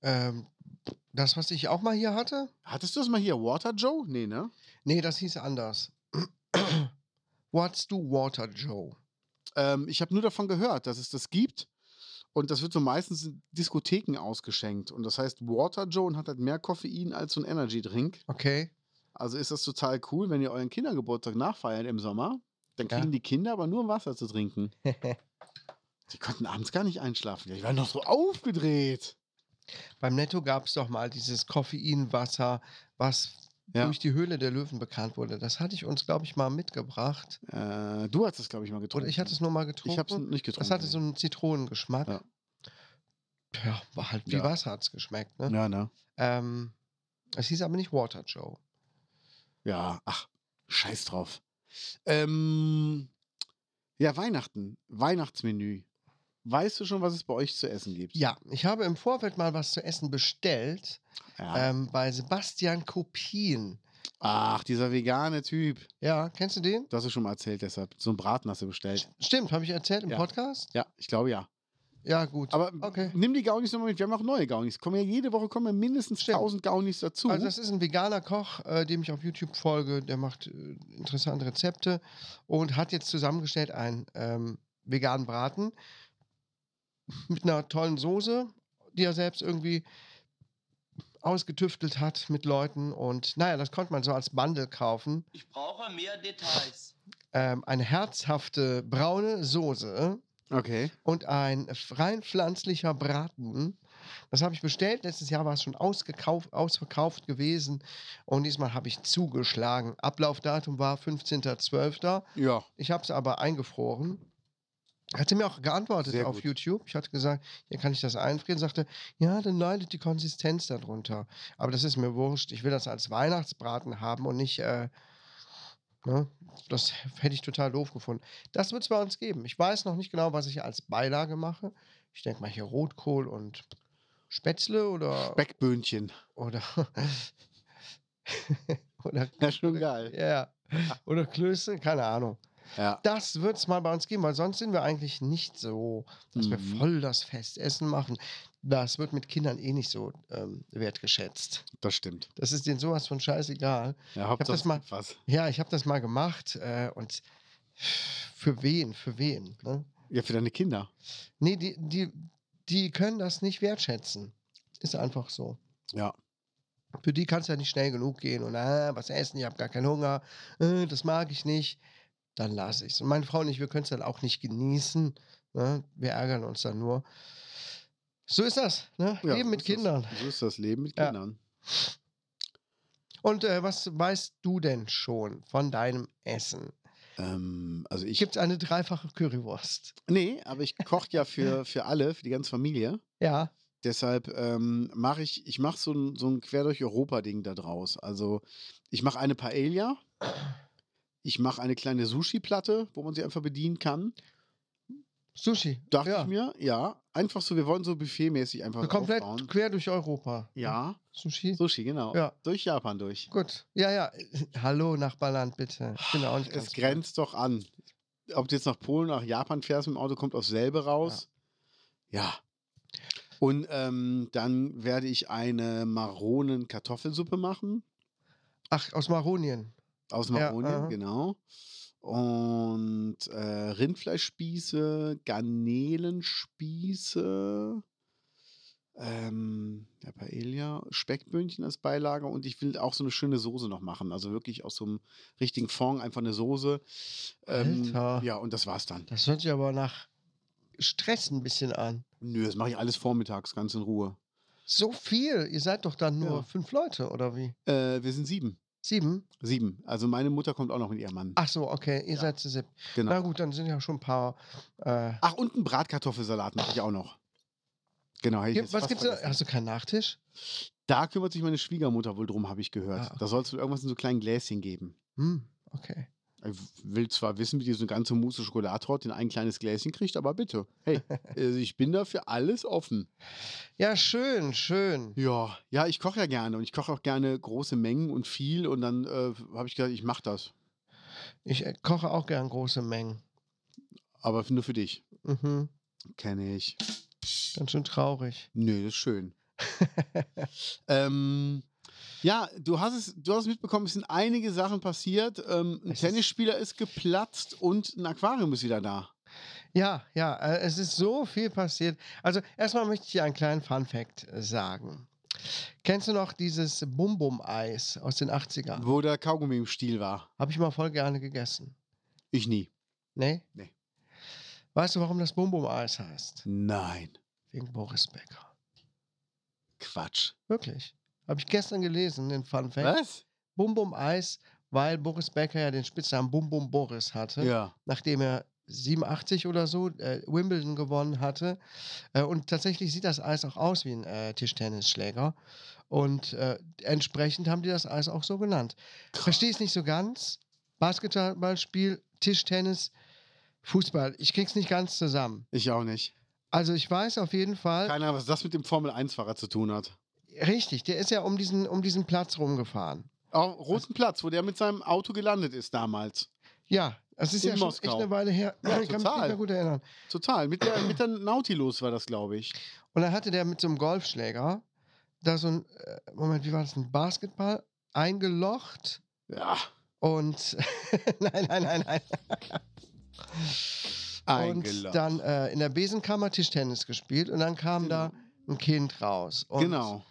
[SPEAKER 1] Ähm, das, was ich auch mal hier hatte?
[SPEAKER 2] Hattest du das mal hier? Water Joe? Nee, ne?
[SPEAKER 1] Nee, das hieß anders. What's do Water Joe?
[SPEAKER 2] Ähm, ich habe nur davon gehört, dass es das gibt. Und das wird so meistens in Diskotheken ausgeschenkt. Und das heißt, Water Joan hat halt mehr Koffein als so ein Energy-Drink.
[SPEAKER 1] Okay.
[SPEAKER 2] Also ist das total cool, wenn ihr euren Kindergeburtstag nachfeiert im Sommer, dann
[SPEAKER 1] Ja.
[SPEAKER 2] kriegen die Kinder aber nur Wasser zu trinken. die konnten abends gar nicht einschlafen. Die waren noch so aufgedreht.
[SPEAKER 1] Beim Netto gab es doch mal dieses Koffeinwasser, was
[SPEAKER 2] Ja.
[SPEAKER 1] durch die Höhle der Löwen bekannt wurde. Das hatte ich uns, glaube ich, mal mitgebracht.
[SPEAKER 2] Äh, du hast das, glaube ich, mal getrunken.
[SPEAKER 1] Oder ich hatte es nur mal
[SPEAKER 2] Ich habe es
[SPEAKER 1] getrunken.
[SPEAKER 2] nicht getrunken.
[SPEAKER 1] Das hatte so einen Zitronengeschmack.
[SPEAKER 2] Ja.
[SPEAKER 1] Ja, war halt wie
[SPEAKER 2] Ja.
[SPEAKER 1] Wasser hat es geschmeckt. Ne?
[SPEAKER 2] Ja, ne?
[SPEAKER 1] Ähm, es hieß aber nicht Water Joe.
[SPEAKER 2] Ja, ach, scheiß drauf. Ähm, ja, Weihnachten. Weihnachtsmenü. Weißt du schon, was es bei euch zu essen gibt?
[SPEAKER 1] Ja, ich habe im Vorfeld mal was zu essen bestellt
[SPEAKER 2] Ja.
[SPEAKER 1] ähm, bei Sebastian Kopien.
[SPEAKER 2] Ach, dieser vegane Typ.
[SPEAKER 1] Ja, kennst du den?
[SPEAKER 2] Das hast du schon mal erzählt, deshalb. So einen Braten hast du bestellt.
[SPEAKER 1] Stimmt, habe ich erzählt im
[SPEAKER 2] Ja.
[SPEAKER 1] Podcast?
[SPEAKER 2] Ja, ich glaube ja.
[SPEAKER 1] Ja, gut.
[SPEAKER 2] Aber
[SPEAKER 1] Okay.
[SPEAKER 2] nimm die Gaunis nochmal mit. Wir haben auch neue Gaunis. Kommen ja jede Woche kommen ja mindestens
[SPEAKER 1] Stimmt.
[SPEAKER 2] 1000 Gaunis dazu.
[SPEAKER 1] Also das ist ein veganer Koch, äh, dem ich auf YouTube folge. Der macht äh, interessante Rezepte und hat jetzt zusammengestellt einen ähm, veganen Braten mit einer tollen Soße, die er selbst irgendwie ausgetüftelt hat mit Leuten. Und naja, das konnte man so als Bundle kaufen.
[SPEAKER 4] Ich brauche mehr Details.
[SPEAKER 1] Ähm, eine herzhafte braune Soße
[SPEAKER 2] okay.
[SPEAKER 1] und ein rein pflanzlicher Braten. Das habe ich bestellt. Letztes Jahr war es schon ausgekauft, ausverkauft gewesen. Und diesmal habe ich zugeschlagen. Ablaufdatum war 15.12.
[SPEAKER 2] Ja.
[SPEAKER 1] Ich habe es aber eingefroren. Hatte mir auch geantwortet
[SPEAKER 2] Sehr
[SPEAKER 1] auf
[SPEAKER 2] gut.
[SPEAKER 1] YouTube. Ich hatte gesagt, hier kann ich das einfrieren. Sagte, ja, dann leidet die Konsistenz darunter. Aber das ist mir wurscht. Ich will das als Weihnachtsbraten haben und nicht. Äh, ne? Das hätte ich total doof gefunden. Das wird es bei uns geben. Ich weiß noch nicht genau, was ich als Beilage mache. Ich denke mal hier Rotkohl und Spätzle oder.
[SPEAKER 2] Speckböhnchen.
[SPEAKER 1] Oder. oder.
[SPEAKER 2] Ja, schon geil.
[SPEAKER 1] Ja. Oder Klöße, keine Ahnung
[SPEAKER 2] Ja.
[SPEAKER 1] das wird es mal bei uns geben, weil sonst sind wir eigentlich nicht so, dass wir
[SPEAKER 2] Mhm.
[SPEAKER 1] voll das Festessen machen. Das wird mit Kindern eh nicht so ähm, wertgeschätzt.
[SPEAKER 2] Das stimmt.
[SPEAKER 1] Das ist denen sowas von scheißegal.
[SPEAKER 2] Ja, Hauptsache
[SPEAKER 1] das
[SPEAKER 2] es
[SPEAKER 1] mal-
[SPEAKER 2] gibt was.
[SPEAKER 1] Ja, ich habe das mal gemacht äh, und für wen, für wen? Ne?
[SPEAKER 2] Ja, für deine Kinder.
[SPEAKER 1] Nee, die, die, die können das nicht wertschätzen. Ist einfach so.
[SPEAKER 2] Ja.
[SPEAKER 1] Für die kann es ja nicht schnell genug gehen und ah, was essen, ich habe gar keinen Hunger, äh, das mag ich nicht, dann lasse ich es. Und meine Frau und ich, wir können es dann auch nicht genießen, ne? wir ärgern uns dann nur. So ist das, ne?
[SPEAKER 2] ja
[SPEAKER 1] Leben
[SPEAKER 2] so
[SPEAKER 1] mit
[SPEAKER 2] ist das.
[SPEAKER 1] Kindern.
[SPEAKER 2] So ist das Leben mit
[SPEAKER 1] Ja.
[SPEAKER 2] Kindern.
[SPEAKER 1] Und äh, was weißt du denn schon von deinem Essen?
[SPEAKER 2] Ähm, also ich.
[SPEAKER 1] Gibt es eine dreifache Currywurst?
[SPEAKER 2] Nee, Ne, aber ich koche ja für, für alle, für die ganze Familie.
[SPEAKER 1] Ja,
[SPEAKER 2] Deshalb ähm, mache ich, ich mache so ein, so ein quer durch Europa-Ding da draus. Also ich mache eine Paella, ich mache eine kleine Sushi-Platte, wo man sie einfach bedienen kann.
[SPEAKER 1] Sushi.
[SPEAKER 2] Dachte
[SPEAKER 1] ja.
[SPEAKER 2] ich mir, ja. Einfach so, wir wollen so buffetmäßig einfach
[SPEAKER 1] So
[SPEAKER 2] was
[SPEAKER 1] Komplett
[SPEAKER 2] aufbauen.
[SPEAKER 1] quer durch Europa.
[SPEAKER 2] Ja,
[SPEAKER 1] Sushi.
[SPEAKER 2] Sushi, genau.
[SPEAKER 1] Ja.
[SPEAKER 2] Durch Japan durch.
[SPEAKER 1] Gut. Ja, ja. Hallo, Nachbarland, bitte. Ich bin auch nicht
[SPEAKER 2] Es
[SPEAKER 1] ganz
[SPEAKER 2] grenzt doch an. Ob du jetzt nach Polen, nach Japan fährst mit dem Auto, kommt aufs selbe raus. Ja. Und ähm, dann werde ich eine Maronen-Kartoffelsuppe machen.
[SPEAKER 1] Ach, aus Maronien.
[SPEAKER 2] Aus
[SPEAKER 1] Ja,
[SPEAKER 2] Maroni,
[SPEAKER 1] aha.
[SPEAKER 2] genau. Und äh, Rindfleischspieße, Garnelenspieße, ähm, ja, Paella, Speckböhnchen als Beilage und ich will auch so eine schöne Soße noch machen. Also wirklich aus so einem richtigen Fond einfach eine Soße. Ähm,
[SPEAKER 1] Alter.
[SPEAKER 2] Ja, und das war's dann.
[SPEAKER 1] Das hört sich aber nach Stress ein bisschen an.
[SPEAKER 2] Nö, das mache ich alles vormittags, ganz in Ruhe.
[SPEAKER 1] So viel. Ihr seid doch dann nur
[SPEAKER 2] Ja.
[SPEAKER 1] fünf Leute, oder wie?
[SPEAKER 2] Äh, wir sind sieben.
[SPEAKER 1] Sieben?
[SPEAKER 2] Sieben. Also meine Mutter kommt auch noch mit ihrem Mann.
[SPEAKER 1] Ach so, okay. Ihr
[SPEAKER 2] Ja.
[SPEAKER 1] seid zu sieben.
[SPEAKER 2] genau.
[SPEAKER 1] Na gut, dann sind ja schon ein paar. Äh,
[SPEAKER 2] Ach, und einen Bratkartoffelsalat mache ich auch noch. Genau, hätte ich
[SPEAKER 1] gibt,
[SPEAKER 2] jetzt
[SPEAKER 1] was
[SPEAKER 2] fast
[SPEAKER 1] gibt's da?
[SPEAKER 2] vergessen.
[SPEAKER 1] Hast du keinen Nachtisch?
[SPEAKER 2] Da kümmert sich meine Schwiegermutter wohl drum, habe ich gehört.
[SPEAKER 1] Ah, okay.
[SPEAKER 2] Da soll es wohl irgendwas in so kleinen Gläschen geben.
[SPEAKER 1] Hm, okay.
[SPEAKER 2] Ich will zwar wissen, wie die so eine ganze Mousse Schokoladentorte in ein kleines Gläschen kriegt, aber bitte. Hey, also ich bin da für alles offen.
[SPEAKER 1] Ja, schön, schön.
[SPEAKER 2] Ja, ja, ich koche ja gerne und ich koche auch gerne große Mengen und viel und dann äh, habe ich gedacht, ich mache das.
[SPEAKER 1] Ich äh, koche auch gern große Mengen.
[SPEAKER 2] Aber nur für dich.
[SPEAKER 1] Mhm.
[SPEAKER 2] Kenne ich.
[SPEAKER 1] Ganz schön traurig.
[SPEAKER 2] Nö, das ist schön. ähm, ja, du hast es, du hast es mitbekommen, es sind einige Sachen passiert. Ähm,
[SPEAKER 1] Es
[SPEAKER 2] ein
[SPEAKER 1] ist-
[SPEAKER 2] Tennisspieler ist geplatzt und ein Aquarium ist wieder da.
[SPEAKER 1] Ja, ja, äh, es ist so viel passiert. Also erstmal möchte ich dir einen kleinen Fun Fact äh, sagen. Kennst du noch dieses Bum-Bum-Eis aus den 80ern?
[SPEAKER 2] Wo der Kaugummi im Stiel war.
[SPEAKER 1] Habe ich mal voll gerne gegessen.
[SPEAKER 2] Ich nie.
[SPEAKER 1] Nee?
[SPEAKER 2] Nee.
[SPEAKER 1] Weißt du, warum das Bum-Bum-Eis heißt?
[SPEAKER 2] Nein.
[SPEAKER 1] Wegen Boris Becker.
[SPEAKER 2] Quatsch.
[SPEAKER 1] Wirklich. Habe ich gestern gelesen, den Fun Fact.
[SPEAKER 2] Was?
[SPEAKER 1] Bum-Bum-Eis, weil Boris Becker ja den Spitznamen Bum-Bum Boris hatte.
[SPEAKER 2] Ja.
[SPEAKER 1] nachdem er 87 oder so äh, Wimbledon gewonnen hatte. Äh, und tatsächlich sieht das Eis auch aus wie ein äh, Tischtennisschläger. Und äh, entsprechend haben die das Eis auch so genannt. Verstehe es nicht so ganz. Basketballspiel, Tischtennis, Fußball. Ich krieg's nicht ganz zusammen.
[SPEAKER 2] Ich auch nicht.
[SPEAKER 1] Also ich weiß auf jeden Fall.
[SPEAKER 2] Keiner, was das mit dem Formel-1-Fahrer zu tun hat.
[SPEAKER 1] richtig, der ist ja um diesen, um diesen Platz rumgefahren.
[SPEAKER 2] Auch Roten Platz, wo der mit seinem Auto gelandet ist damals.
[SPEAKER 1] Ja, das ist
[SPEAKER 2] In
[SPEAKER 1] ja schon echt
[SPEAKER 2] Moskau.
[SPEAKER 1] eine Weile her.
[SPEAKER 2] Ja,
[SPEAKER 1] ich kann mich nicht
[SPEAKER 2] total.
[SPEAKER 1] mehr gut erinnern.
[SPEAKER 2] Total. Mit der, mit der Nautilus war das, glaube ich.
[SPEAKER 1] Und dann hatte der mit so einem Golfschläger da so ein, äh, Moment, wie war das, ein Basketball eingelocht
[SPEAKER 2] Ja.
[SPEAKER 1] und, nein, nein, nein, nein.
[SPEAKER 2] Eingelocht.
[SPEAKER 1] Und dann äh, in der Besenkammer Tischtennis gespielt und dann kam da ein Kind raus. Und,
[SPEAKER 2] genau.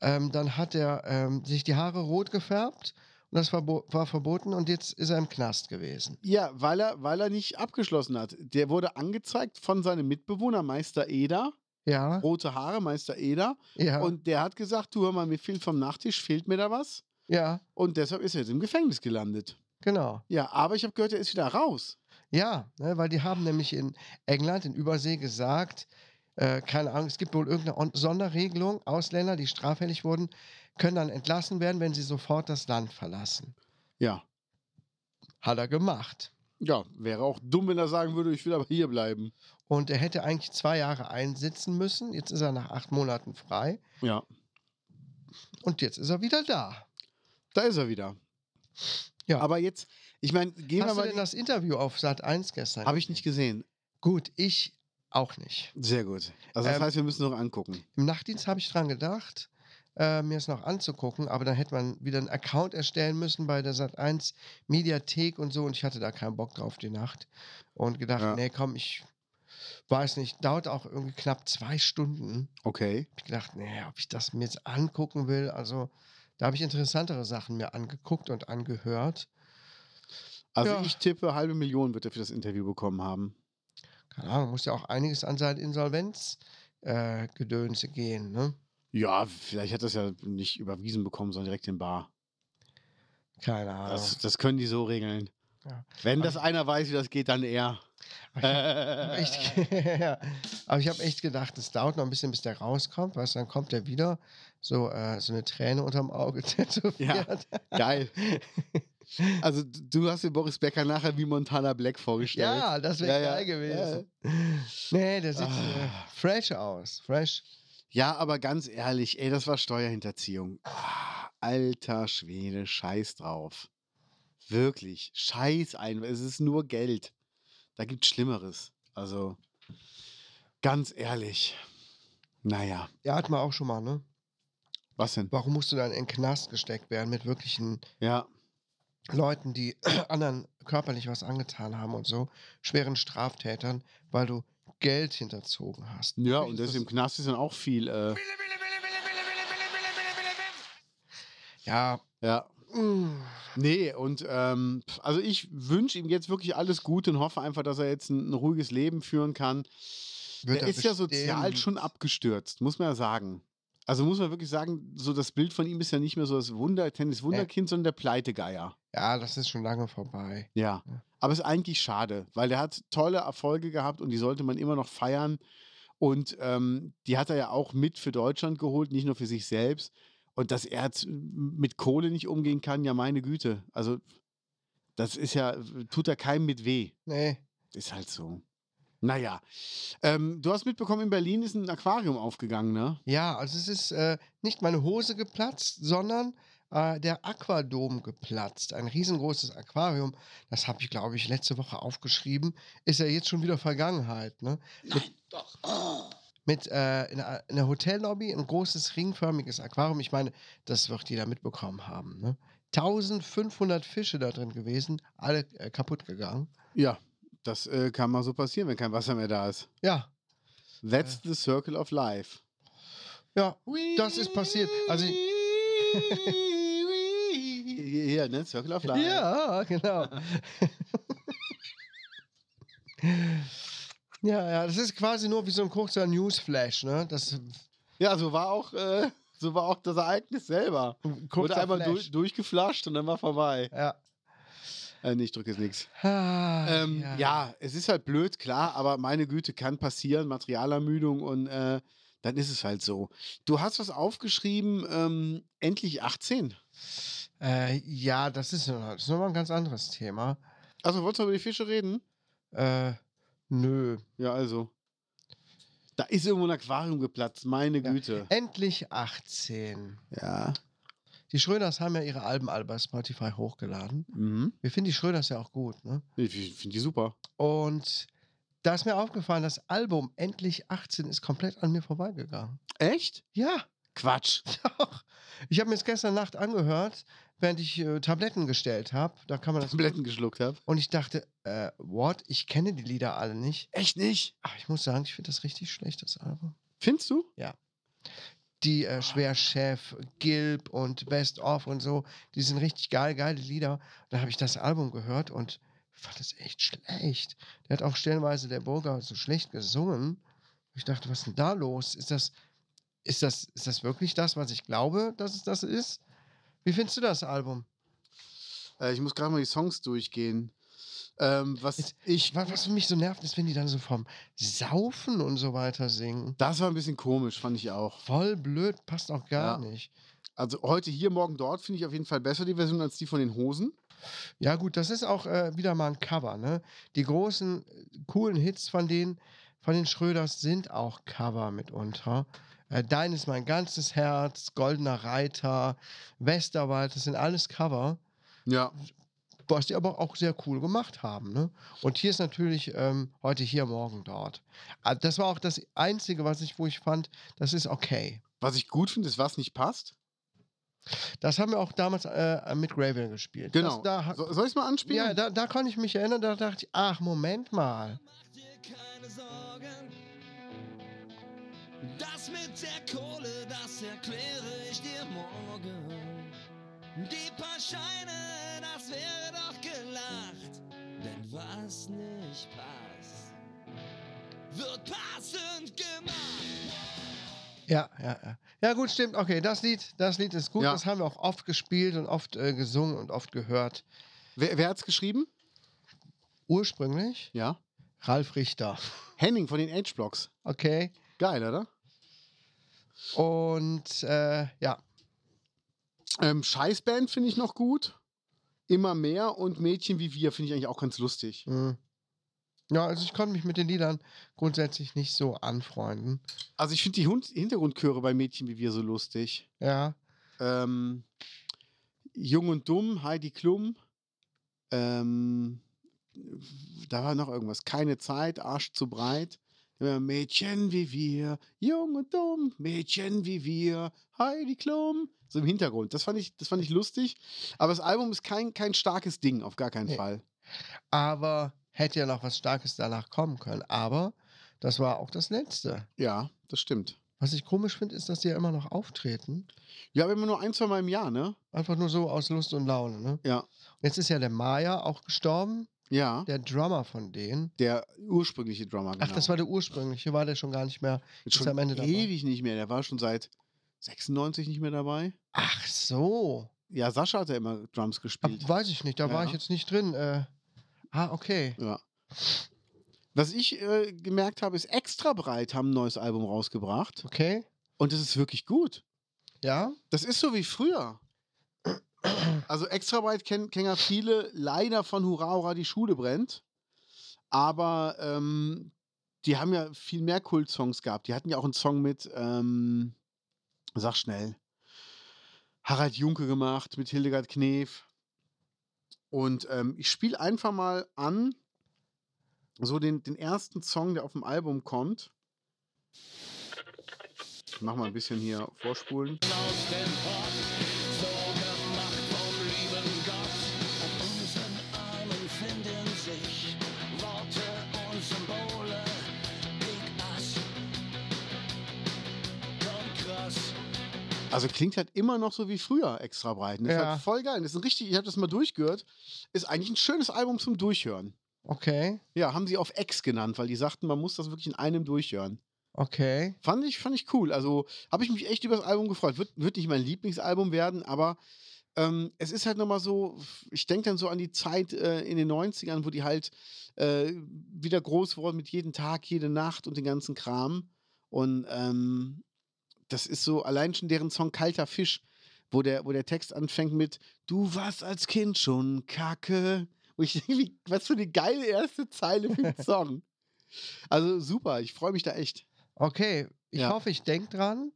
[SPEAKER 1] Ähm, dann hat er ähm, sich die Haare rot gefärbt und das verbo war verboten und jetzt ist er im Knast gewesen.
[SPEAKER 2] Ja, weil er, weil er nicht abgeschlossen hat. Der wurde angezeigt von seinem Mitbewohner, Meister Eder.
[SPEAKER 1] Ja,
[SPEAKER 2] Rote Haare, Meister Eder.
[SPEAKER 1] ja,
[SPEAKER 2] Oh, Und der hat gesagt, du hör mal, mir fehlt vom Nachtisch, fehlt mir da was.
[SPEAKER 1] ja,
[SPEAKER 2] Und deshalb ist er jetzt im Gefängnis gelandet.
[SPEAKER 1] genau.
[SPEAKER 2] Ja, aber ich habe gehört, er ist wieder raus.
[SPEAKER 1] Ja, ne, weil die haben nämlich in England, in Übersee gesagt, äh, keine Ahnung, es gibt wohl irgendeine On- Sonderregelung, Ausländer, die straffällig wurden, können dann entlassen werden, wenn sie sofort das Land verlassen.
[SPEAKER 2] Ja.
[SPEAKER 1] Hat er gemacht.
[SPEAKER 2] Ja, wäre auch dumm, wenn er sagen würde, ich will aber hier bleiben.
[SPEAKER 1] Und er hätte eigentlich zwei Jahre einsitzen müssen, jetzt ist er nach acht Monaten frei
[SPEAKER 2] Ja.
[SPEAKER 1] und jetzt ist er wieder da.
[SPEAKER 2] Da ist er wieder.
[SPEAKER 1] Ja.
[SPEAKER 2] Aber jetzt, ich meine, gehen
[SPEAKER 1] Hast du
[SPEAKER 2] wir
[SPEAKER 1] denn
[SPEAKER 2] mal.
[SPEAKER 1] das Interview auf Sat 1 gestern?
[SPEAKER 2] Habe ich nicht gesehen.
[SPEAKER 1] Gut, ich auch nicht.
[SPEAKER 2] Sehr gut. Also das
[SPEAKER 1] Ähm,
[SPEAKER 2] heißt, wir müssen noch angucken.
[SPEAKER 1] Im Nachtdienst habe ich dran gedacht, äh, mir es noch anzugucken, aber dann hätte man wieder einen Account erstellen müssen bei der Sat1 Mediathek und so und ich hatte da keinen Bock drauf die Nacht und gedacht,
[SPEAKER 2] Ja.
[SPEAKER 1] nee, komm, ich weiß nicht, dauert auch irgendwie knapp zwei Stunden.
[SPEAKER 2] Okay.
[SPEAKER 1] Hab Ich gedacht, nee, ob ich das mir jetzt angucken will, also da habe ich interessantere Sachen mir angeguckt und angehört.
[SPEAKER 2] Also
[SPEAKER 1] Ja.
[SPEAKER 2] ich tippe, halbe Million wird er für das Interview bekommen haben.
[SPEAKER 1] Keine Ahnung, muss ja auch einiges an sein Insolvenzgedönse äh, Gedönse gehen, ne?
[SPEAKER 2] Ja, vielleicht hat er es ja nicht überwiesen bekommen, sondern direkt in Bar.
[SPEAKER 1] Keine Ahnung.
[SPEAKER 2] Das, das können die so regeln.
[SPEAKER 1] Ja.
[SPEAKER 2] Wenn das einer weiß, wie das geht, dann er. äh,
[SPEAKER 1] Aber ich hab echt, ja. Aber ich habe echt gedacht, es dauert noch ein bisschen, bis der rauskommt, weißt du, dann kommt er wieder, so, äh, so eine Träne unterm Auge tätowiert.
[SPEAKER 2] Geil. Also d- du hast dir Boris Becker nachher wie Montana Black vorgestellt.
[SPEAKER 1] Ja, das wäre
[SPEAKER 2] Ja, ja,
[SPEAKER 1] geil gewesen. Nee, der sieht äh,
[SPEAKER 2] Ah.
[SPEAKER 1] fresh aus. Fresh.
[SPEAKER 2] Ja, aber ganz ehrlich, ey, das war Steuerhinterziehung. Ah, Alter Schwede, scheiß drauf. Wirklich, scheiß ein, es ist nur Geld. Da gibt's Schlimmeres. Also, ganz ehrlich. Naja,
[SPEAKER 1] Ja, hat man auch schon mal, ne?
[SPEAKER 2] was denn?
[SPEAKER 1] Warum musst du dann in den Knast gesteckt werden mit wirklichen
[SPEAKER 2] Ja,
[SPEAKER 1] Leuten, die anderen körperlich was angetan haben und so, schweren Straftätern, weil du Geld hinterzogen hast?
[SPEAKER 2] ja
[SPEAKER 1] Natürlich
[SPEAKER 2] und
[SPEAKER 1] ist
[SPEAKER 2] das im Knast ist dann auch viel. Äh,
[SPEAKER 1] Ja.
[SPEAKER 2] ja,
[SPEAKER 1] mm.
[SPEAKER 2] Nee, und ähm, pf, also ich wünsche ihm jetzt wirklich alles Gute und hoffe einfach, dass er jetzt ein, ein ruhiges Leben führen kann.
[SPEAKER 1] Wird
[SPEAKER 2] er
[SPEAKER 1] er
[SPEAKER 2] ist ja sozial
[SPEAKER 1] bestimmt.
[SPEAKER 2] schon abgestürzt, muss man ja sagen. Also muss man wirklich sagen, so das Bild von ihm ist ja nicht mehr so das Wunder, Tennis-Wunderkind, sondern der Pleitegeier.
[SPEAKER 1] Ja, das ist schon lange vorbei.
[SPEAKER 2] Ja.
[SPEAKER 1] Ja.
[SPEAKER 2] Aber ist eigentlich schade, weil der hat tolle Erfolge gehabt und die sollte man immer noch feiern. Und ähm, die hat er ja auch mit für Deutschland geholt, nicht nur für sich selbst. Und dass er jetzt äh, mit Kohle nicht umgehen kann, ja meine Güte. Also, das ist ja, äh, tut er keinem mit weh.
[SPEAKER 1] Nee.
[SPEAKER 2] Ist halt so. Naja. Ähm, du hast mitbekommen, in Berlin ist ein Aquarium aufgegangen, ne?
[SPEAKER 1] Ja, also es ist äh, nicht meine Hose geplatzt, sondern äh, der Aquadom geplatzt. Ein riesengroßes Aquarium. Das habe ich, glaube ich, letzte Woche aufgeschrieben. Ist ja jetzt schon wieder Vergangenheit. Ne?
[SPEAKER 4] Nein, doch.
[SPEAKER 1] Mit äh, in, einer- in der Hotellobby ein großes ringförmiges Aquarium. Ich meine, das wird jeder mitbekommen haben. Ne? 1500 Fische da drin gewesen, alle äh, kaputt gegangen.
[SPEAKER 2] Ja. Das äh, kann mal so passieren, wenn kein Wasser mehr da ist.
[SPEAKER 1] Ja,
[SPEAKER 2] That's the circle of life.
[SPEAKER 1] ja, das ist passiert. Also,
[SPEAKER 2] ja, ne? Circle of life.
[SPEAKER 1] ja, genau. ja, ja, das ist quasi nur wie so ein kurzer Newsflash, ne? Das
[SPEAKER 2] Ja, so war auch, äh, so war auch das Ereignis selber. Wurde einmal durch, durchgeflasht und dann war vorbei.
[SPEAKER 1] Ja.
[SPEAKER 2] Äh, nee, ich drücke jetzt nichts.
[SPEAKER 1] Ah,
[SPEAKER 2] Ähm, ja. es ist halt blöd, klar, aber meine Güte, kann passieren, Materialermüdung und äh, dann ist es halt so. Du hast was aufgeschrieben, ähm, endlich 18.
[SPEAKER 1] Äh, ja, das ist, noch- das ist nochmal ein ganz anderes Thema.
[SPEAKER 2] Also, wolltest du über die Fische reden?
[SPEAKER 1] Äh, nö.
[SPEAKER 2] Ja, also. Da ist irgendwo ein Aquarium geplatzt, meine
[SPEAKER 1] Ja.
[SPEAKER 2] Güte.
[SPEAKER 1] Endlich 18.
[SPEAKER 2] Ja.
[SPEAKER 1] Die Schröders haben ja ihre Alben alle bei Spotify hochgeladen.
[SPEAKER 2] Mhm.
[SPEAKER 1] Wir finden die Schröders ja auch gut, ne?
[SPEAKER 2] Ich, ich finde die super.
[SPEAKER 1] Und da ist mir aufgefallen, das Album Endlich 18 ist komplett an mir vorbeigegangen.
[SPEAKER 2] Echt?
[SPEAKER 1] Ja,
[SPEAKER 2] Quatsch.
[SPEAKER 1] doch. Ich habe mir es gestern Nacht angehört, während ich äh, Tabletten gestellt habe. Da kann man das.
[SPEAKER 2] Tabletten geschluckt habe.
[SPEAKER 1] Und ich dachte, äh, what? Ich kenne die Lieder alle nicht.
[SPEAKER 2] Echt nicht?
[SPEAKER 1] Aber ich muss sagen, ich finde das richtig schlecht, das Album.
[SPEAKER 2] Findest du?
[SPEAKER 1] Die äh, Schwerchef, Gilb und Best Of und so, die sind richtig geil, geile Lieder. Da habe ich das Album gehört und fand es echt schlecht. Der hat auch stellenweise der Burger so schlecht gesungen. Ich dachte, was ist denn da los? Ist das, ist das, ist das wirklich das, was ich glaube, dass es das ist? Wie findest du das Album?
[SPEAKER 2] Äh, ich muss gerade mal die Songs durchgehen. Ähm, was
[SPEAKER 1] Ist-
[SPEAKER 2] ich.
[SPEAKER 1] Was, was mich so nervt, ist, wenn die dann so vom Saufen und so weiter singen.
[SPEAKER 2] Das war ein bisschen komisch, fand ich auch.
[SPEAKER 1] Voll blöd, passt auch gar
[SPEAKER 2] Ja.
[SPEAKER 1] nicht.
[SPEAKER 2] Also heute hier, morgen dort finde ich auf jeden Fall besser die Version als die von den Hosen.
[SPEAKER 1] Ja, gut, das ist auch äh, wieder mal ein Cover, ne? Die großen, äh, coolen Hits von denen, von den Schröders sind auch Cover mitunter. Äh, Dein ist mein ganzes Herz, Goldener Reiter, Westerwald, das sind alles Cover,
[SPEAKER 2] Ja.
[SPEAKER 1] was die aber auch sehr cool gemacht haben, ne? Und hier ist natürlich ähm, heute hier, morgen dort. Ah, Das war auch das Einzige, was ich, wo ich fand, das ist okay.
[SPEAKER 2] Was ich gut finde, ist, was nicht passt.
[SPEAKER 1] Das haben wir auch damals äh, mit Gravel gespielt.
[SPEAKER 2] Genau.
[SPEAKER 1] Das, da,
[SPEAKER 2] so, soll ich es mal anspielen?
[SPEAKER 1] ja, da, da kann ich mich erinnern, da dachte ich, ach, Moment mal.
[SPEAKER 5] Mach dir keine Sorgen. Das mit der Kohle, das erkläre ich dir morgen. Die paar Scheine, das wäre doch gelacht. Denn was nicht passt, wird passend gemacht.
[SPEAKER 1] Ja, ja, ja. Ja, gut, stimmt. Okay, das Lied, das Lied ist gut.
[SPEAKER 2] Ja.
[SPEAKER 1] Das haben wir auch oft gespielt und oft äh, gesungen und oft gehört.
[SPEAKER 2] Wer, wer hat es geschrieben?
[SPEAKER 1] Ursprünglich
[SPEAKER 2] Ja.
[SPEAKER 1] Ralf Richter.
[SPEAKER 2] Henning von den H-Blocks.
[SPEAKER 1] Okay.
[SPEAKER 2] Geil, oder?
[SPEAKER 1] Und äh, ja,
[SPEAKER 2] Ähm, Scheißband finde ich noch gut. Immer mehr und Mädchen wie wir finde ich eigentlich auch ganz lustig.
[SPEAKER 1] mh. hm. ja, also ich konnte mich mit den Liedern grundsätzlich nicht so anfreunden.
[SPEAKER 2] Also ich finde die Hund Hintergrundchöre bei Mädchen wie wir so lustig.
[SPEAKER 1] Ja,
[SPEAKER 2] Ähm, Jung und Dumm, Heidi Klum. Ähm, da war noch irgendwas. Keine Zeit, Arsch zu breit. Immer Mädchen wie wir, jung und dumm, Mädchen wie wir, Heidi Klum. So im Hintergrund. Das fand ich, das fand ich lustig. Aber das Album ist kein, kein starkes Ding, auf gar keinen
[SPEAKER 1] Nee.
[SPEAKER 2] Fall.
[SPEAKER 1] aber hätte ja noch was Starkes danach kommen können. Aber das war auch das Letzte.
[SPEAKER 2] Ja, das stimmt.
[SPEAKER 1] Was ich komisch finde, ist, dass die ja immer noch auftreten.
[SPEAKER 2] Ja, aber immer nur ein, zwei Mal im Jahr, ne?
[SPEAKER 1] Einfach nur so aus Lust und Laune, ne?
[SPEAKER 2] Ja.
[SPEAKER 1] Jetzt ist ja der Maya auch gestorben,
[SPEAKER 2] Ja.
[SPEAKER 1] der Drummer von denen.
[SPEAKER 2] Der ursprüngliche Drummer, genau.
[SPEAKER 1] Ach, das war der ursprüngliche, war der schon gar nicht mehr.
[SPEAKER 2] Jetzt schon
[SPEAKER 1] ist am Ende dabei.
[SPEAKER 2] ewig nicht mehr. Der war schon seit 96 nicht mehr dabei.
[SPEAKER 1] Ach so.
[SPEAKER 2] Ja, Sascha hat ja immer Drums
[SPEAKER 1] Ab,
[SPEAKER 2] gespielt.
[SPEAKER 1] weiß ich nicht, da war
[SPEAKER 2] Ja.
[SPEAKER 1] ich jetzt nicht drin. Äh, ah, okay.
[SPEAKER 2] Ja. Was ich äh, gemerkt habe, ist, extra breit haben ein neues Album rausgebracht.
[SPEAKER 1] Okay.
[SPEAKER 2] Und es ist wirklich gut.
[SPEAKER 1] Ja.
[SPEAKER 2] Das ist so wie früher. Also extra breit kennen kennen ja viele leider von Hurra Hurra die Schule brennt. Aber ähm, die haben ja viel mehr Kult-Songs gehabt. Die hatten ja auch einen Song mit, ähm, sag schnell, Harald Junke gemacht, mit Hildegard Knef. Und ähm, ich spiele einfach mal an, so den, den ersten Song, der auf dem Album kommt. Ich mach mal ein bisschen hier vorspulen.
[SPEAKER 5] An unseren Armen finden sich Worte
[SPEAKER 2] Also klingt halt immer noch so wie früher extra breit. Ne? Ist
[SPEAKER 1] Ja.
[SPEAKER 2] halt voll geil. Das ist ein richtig, ich habe das mal durchgehört. Ist eigentlich ein schönes Album zum Durchhören.
[SPEAKER 1] Okay,
[SPEAKER 2] Ja, haben sie auf X genannt, weil die sagten, man muss das wirklich in einem durchhören.
[SPEAKER 1] okay.
[SPEAKER 2] Fand ich, fand ich cool. Also habe ich mich echt über das Album gefreut. Wird, wird nicht mein Lieblingsalbum werden, aber ähm, es ist halt nochmal so, ich denke dann so an die Zeit äh, in den 90ern, wo die halt äh, wieder groß wurden mit jedem Tag, jede Nacht und den ganzen Kram. Und ähm, das ist so, allein schon deren Song Kalter Fisch, wo der, wo der Text anfängt mit Du warst als Kind schon kacke. Und ich denke, wie- was für eine geile erste Zeile für den Song. Also super, ich freue mich da echt.
[SPEAKER 1] Okay, ich
[SPEAKER 2] Ja.
[SPEAKER 1] hoffe, ich denke dran,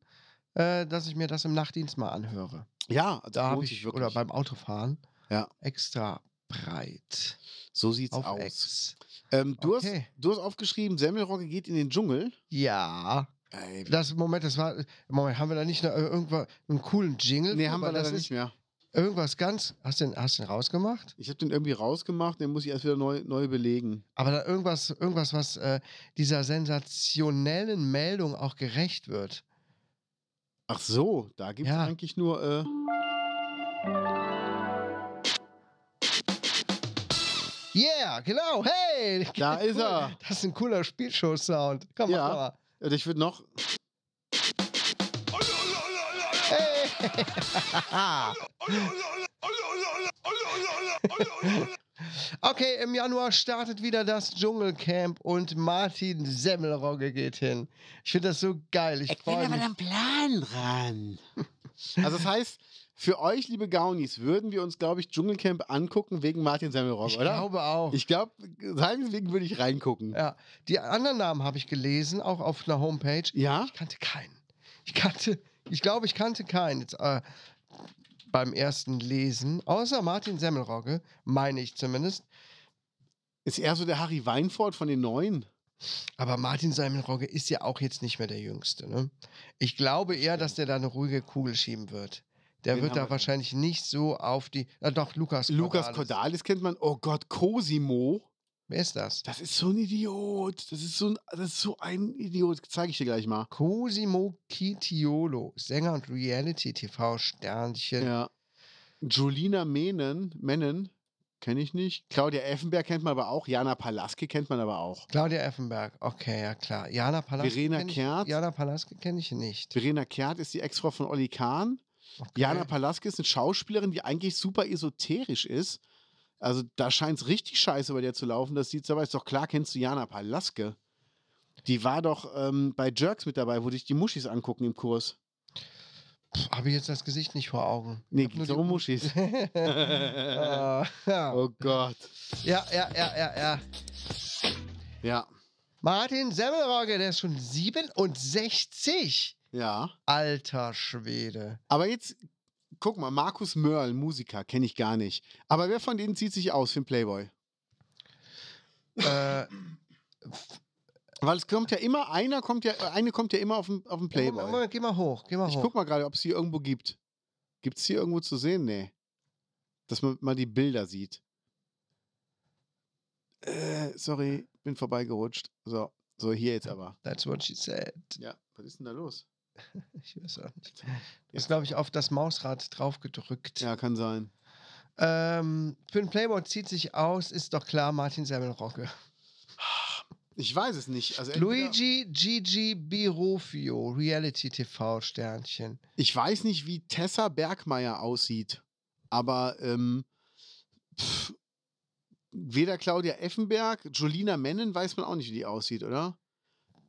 [SPEAKER 1] äh, dass ich mir das im Nachtdienst mal anhöre.
[SPEAKER 2] Ja, also das
[SPEAKER 1] Da habe ich,
[SPEAKER 2] lohnt sich
[SPEAKER 1] oder beim Autofahren,
[SPEAKER 2] Ja.
[SPEAKER 1] extra breit
[SPEAKER 2] so sieht's
[SPEAKER 1] auf
[SPEAKER 2] aus.
[SPEAKER 1] Ex.
[SPEAKER 2] Ähm, du,
[SPEAKER 1] Okay.
[SPEAKER 2] hast, du hast aufgeschrieben, Semmelrogge geht in den Dschungel.
[SPEAKER 1] Ja,
[SPEAKER 2] Ey,
[SPEAKER 1] das Moment, das war, Moment, haben wir da nicht noch irgendwo einen coolen Jingle?
[SPEAKER 2] nee,
[SPEAKER 1] für?
[SPEAKER 2] haben wir
[SPEAKER 1] Weil das
[SPEAKER 2] leider
[SPEAKER 1] ist
[SPEAKER 2] nicht mehr.
[SPEAKER 1] Irgendwas ganz, hast du den, hast du den rausgemacht?
[SPEAKER 2] Ich habe den irgendwie rausgemacht, den muss ich erst wieder neu, neu belegen.
[SPEAKER 1] Aber da irgendwas, irgendwas, was äh, dieser sensationellen Meldung auch gerecht wird.
[SPEAKER 2] Ach so, da gibt's
[SPEAKER 1] Ja.
[SPEAKER 2] eigentlich nur. Äh,
[SPEAKER 1] Yeah, genau, hey!
[SPEAKER 2] Da ist er.
[SPEAKER 1] Das ist ein cooler Spielshow-Sound. Komm,
[SPEAKER 2] Ja.
[SPEAKER 1] mach mal.
[SPEAKER 2] und ich würde noch.
[SPEAKER 1] Hey! okay, im Januar startet wieder das Dschungelcamp und Martin Semmelrogge geht hin. Ich finde das so geil. Ich freue mich.
[SPEAKER 2] Plan ran. Also, das heißt, für euch, liebe Gaunis, würden wir uns, glaube ich, Dschungelcamp angucken wegen Martin Semmelrogge,
[SPEAKER 1] Ich
[SPEAKER 2] oder?
[SPEAKER 1] glaube auch.
[SPEAKER 2] Ich glaube, seinetwegen würde ich reingucken. Ja?
[SPEAKER 1] ja. Die anderen Namen habe ich gelesen, auch auf einer Homepage. Ich kannte keinen. Ich kannte, ich glaube, ich kannte keinen jetzt, äh, beim ersten Lesen, außer Martin Semmelrogge, meine ich zumindest.
[SPEAKER 2] Ist eher so der Harry Weinfort von den Neuen.
[SPEAKER 1] Aber Martin Semmelrogge ist ja auch jetzt nicht mehr der Jüngste. Ne? Ich glaube eher, dass der da eine ruhige Kugel schieben wird. Der
[SPEAKER 2] Wen
[SPEAKER 1] wird
[SPEAKER 2] haben wir
[SPEAKER 1] da
[SPEAKER 2] denn?
[SPEAKER 1] wahrscheinlich nicht so auf die. Äh, doch, Lukas.
[SPEAKER 2] Lukas Cordalis kennt man. Oh Gott, Cosimo.
[SPEAKER 1] Wer ist das?
[SPEAKER 2] Das ist so ein Idiot. Das ist so ein, das ist so ein Idiot. Zeige ich dir gleich mal.
[SPEAKER 1] Cosimo Kitiolo, Sänger und Reality-TV-Sternchen.
[SPEAKER 2] Ja. Julina Menen, Mennen kenne ich nicht. Claudia Effenberg kennt man aber auch. Jana Palaske kennt man aber auch.
[SPEAKER 1] Claudia Effenberg, okay, ja klar. Jana Palaske.
[SPEAKER 2] Verena
[SPEAKER 1] kenn ich-
[SPEAKER 2] Kehrt.
[SPEAKER 1] Jana Palaske kenne ich nicht.
[SPEAKER 2] Verena Kehrt ist die Ex-Frau von Olli Kahn.
[SPEAKER 1] Okay.
[SPEAKER 2] Jana Palaske ist eine Schauspielerin, die eigentlich super esoterisch ist. Also da scheint es richtig scheiße bei der zu laufen. Das sieht aber ist doch klar, kennst du Jana Palaske. Die war doch ähm, bei Jerks mit dabei, wo dich die Muschis angucken im Kurs.
[SPEAKER 1] Habe ich jetzt das Gesicht nicht vor Augen.
[SPEAKER 2] Nee,
[SPEAKER 1] Hab nur
[SPEAKER 2] geht's um Muschis. oh
[SPEAKER 1] Ah, ja.
[SPEAKER 2] Gott.
[SPEAKER 1] ja, ja, ja, ja, ja.
[SPEAKER 2] Ja,
[SPEAKER 1] Martin Semmelrogge, der ist schon 67.
[SPEAKER 2] ja.
[SPEAKER 1] Alter Schwede.
[SPEAKER 2] Aber jetzt, guck mal, Markus Mörl, Musiker, kenne ich gar nicht. Aber wer von denen zieht sich aus für den Playboy?
[SPEAKER 1] äh,
[SPEAKER 2] Weil es kommt ja immer, einer kommt ja, eine kommt ja immer auf den, auf den
[SPEAKER 1] Moment,
[SPEAKER 2] Playboy.
[SPEAKER 1] Moment, geh mal hoch, geh mal
[SPEAKER 2] Ich
[SPEAKER 1] hoch.
[SPEAKER 2] guck mal gerade, ob es hier irgendwo gibt. Gibt es hier irgendwo zu sehen? Nee. Dass man mal die Bilder sieht. Äh, sorry, bin vorbeigerutscht. So, so hier jetzt aber.
[SPEAKER 1] That's what she said.
[SPEAKER 2] Ja, was ist denn da los?
[SPEAKER 1] Ich weiß auch nicht. Ist, glaube ich, auf das Mausrad drauf gedrückt.
[SPEAKER 2] Ja, kann sein.
[SPEAKER 1] Ähm, für den Playboy zieht sich aus, ist doch klar, Martin Semmelrogge.
[SPEAKER 2] Ich weiß es nicht. Also entweder-
[SPEAKER 1] Luigi Gigi Birofio, Reality TV Sternchen.
[SPEAKER 2] Ich weiß nicht, wie Tessa Bergmeier aussieht, aber ähm, pff, weder Claudia Effenberg, Jolina Mennen weiß man auch nicht, wie die aussieht, oder?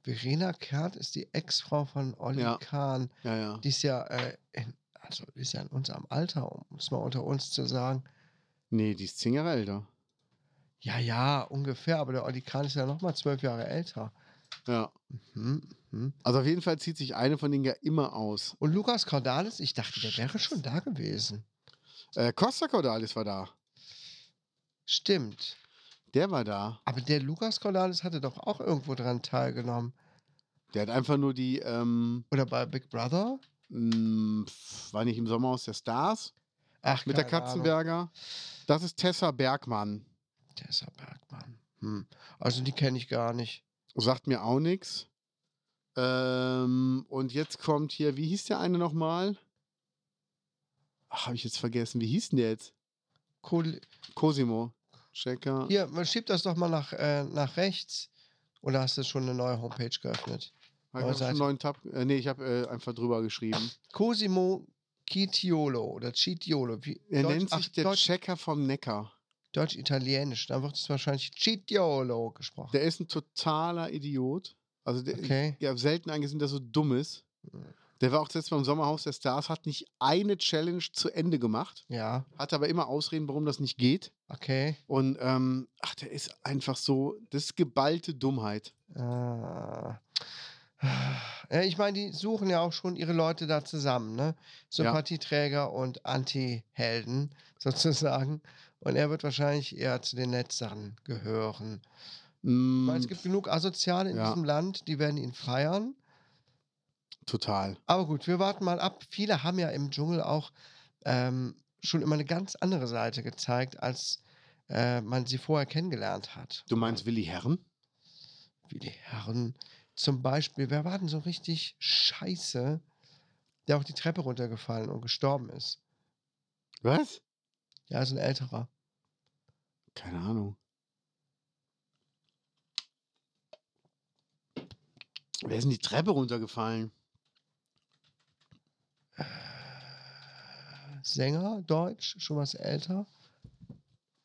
[SPEAKER 1] Verena Kehrt ist die Ex-Frau von Olli
[SPEAKER 2] Ja.
[SPEAKER 1] Kahn.
[SPEAKER 2] Ja, ja.
[SPEAKER 1] Die ist ja, äh, in, also ist ja in unserem Alter, um es mal unter uns zu sagen.
[SPEAKER 2] Nee, die ist zehn Jahre älter.
[SPEAKER 1] Ja, ja, ungefähr, aber der Olli Kahn ist ja nochmal zwölf Jahre älter.
[SPEAKER 2] Ja.
[SPEAKER 1] Hm, hm.
[SPEAKER 2] Also auf jeden Fall zieht sich eine von denen ja immer aus.
[SPEAKER 1] Und Lukas Cordalis, ich dachte, der wäre schon da gewesen.
[SPEAKER 2] Äh, Costa Cordalis war da.
[SPEAKER 1] Stimmt.
[SPEAKER 2] Der war da.
[SPEAKER 1] Aber der Lukas Cordalis hatte doch auch irgendwo dran teilgenommen.
[SPEAKER 2] Der hat einfach nur die, ähm,
[SPEAKER 1] Oder bei Big Brother?
[SPEAKER 2] mh, pf, war nicht im Sommerhaus der Stars
[SPEAKER 1] Ach,
[SPEAKER 2] mit der
[SPEAKER 1] keine Ahnung.
[SPEAKER 2] Katzenberger. Das ist Tessa Bergmann.
[SPEAKER 1] Tessa Bergmann. Hm. Also die kenne ich gar nicht.
[SPEAKER 2] Sagt mir auch nichts. Ähm, und jetzt kommt hier, wie hieß der eine nochmal? habe ich jetzt vergessen, wie hieß denn der jetzt?
[SPEAKER 1] Cool.
[SPEAKER 2] Cosimo. Checker.
[SPEAKER 1] Hier, man schiebt das doch mal nach, äh, nach rechts. Oder hast du schon eine neue Homepage geöffnet?
[SPEAKER 2] Hab ich
[SPEAKER 1] Oh,
[SPEAKER 2] auch schon
[SPEAKER 1] Seite.
[SPEAKER 2] einen neuen Tab. Äh, nee, ich habe äh, einfach drüber geschrieben.
[SPEAKER 1] Cosimo Chitiolo oder Chitiolo. Wie,
[SPEAKER 2] Er
[SPEAKER 1] Deutsch-
[SPEAKER 2] nennt sich
[SPEAKER 1] ach,
[SPEAKER 2] der
[SPEAKER 1] Deutsch-
[SPEAKER 2] Checker vom Neckar.
[SPEAKER 1] Deutsch-Italienisch. Dann wird es wahrscheinlich Chitiolo gesprochen.
[SPEAKER 2] Der ist ein totaler Idiot. Also der,
[SPEAKER 1] Okay.
[SPEAKER 2] ich habe selten einen gesehen, der so dumm ist. Der war auch zuletzt beim Sommerhaus der Stars, hat nicht eine Challenge zu Ende gemacht,
[SPEAKER 1] ja,
[SPEAKER 2] hat aber immer Ausreden, warum das nicht geht.
[SPEAKER 1] okay.
[SPEAKER 2] Und ähm, ach, der ist einfach so, das ist geballte Dummheit.
[SPEAKER 1] Ah. Ja, äh, ich meine, die suchen ja auch schon ihre Leute da zusammen, ne? Sympathieträger und Anti-Helden sozusagen. Und er wird wahrscheinlich eher zu den Letzteren gehören.
[SPEAKER 2] Mm,
[SPEAKER 1] Weil es gibt genug Asoziale in
[SPEAKER 2] Ja.
[SPEAKER 1] diesem Land, die werden ihn feiern.
[SPEAKER 2] total.
[SPEAKER 1] Aber gut, wir warten mal ab. Viele haben ja im Dschungel auch ähm, schon immer eine ganz andere Seite gezeigt, als äh, man sie vorher kennengelernt hat.
[SPEAKER 2] Du meinst Willi Herren?
[SPEAKER 1] wie die Herren. Zum Beispiel, wer war denn so richtig scheiße, der auch die Treppe runtergefallen und gestorben ist?
[SPEAKER 2] Was?
[SPEAKER 1] Ja, so ein älterer.
[SPEAKER 2] Keine Ahnung. Wer ist denn die Treppe runtergefallen?
[SPEAKER 1] Sänger, Deutsch, schon was älter.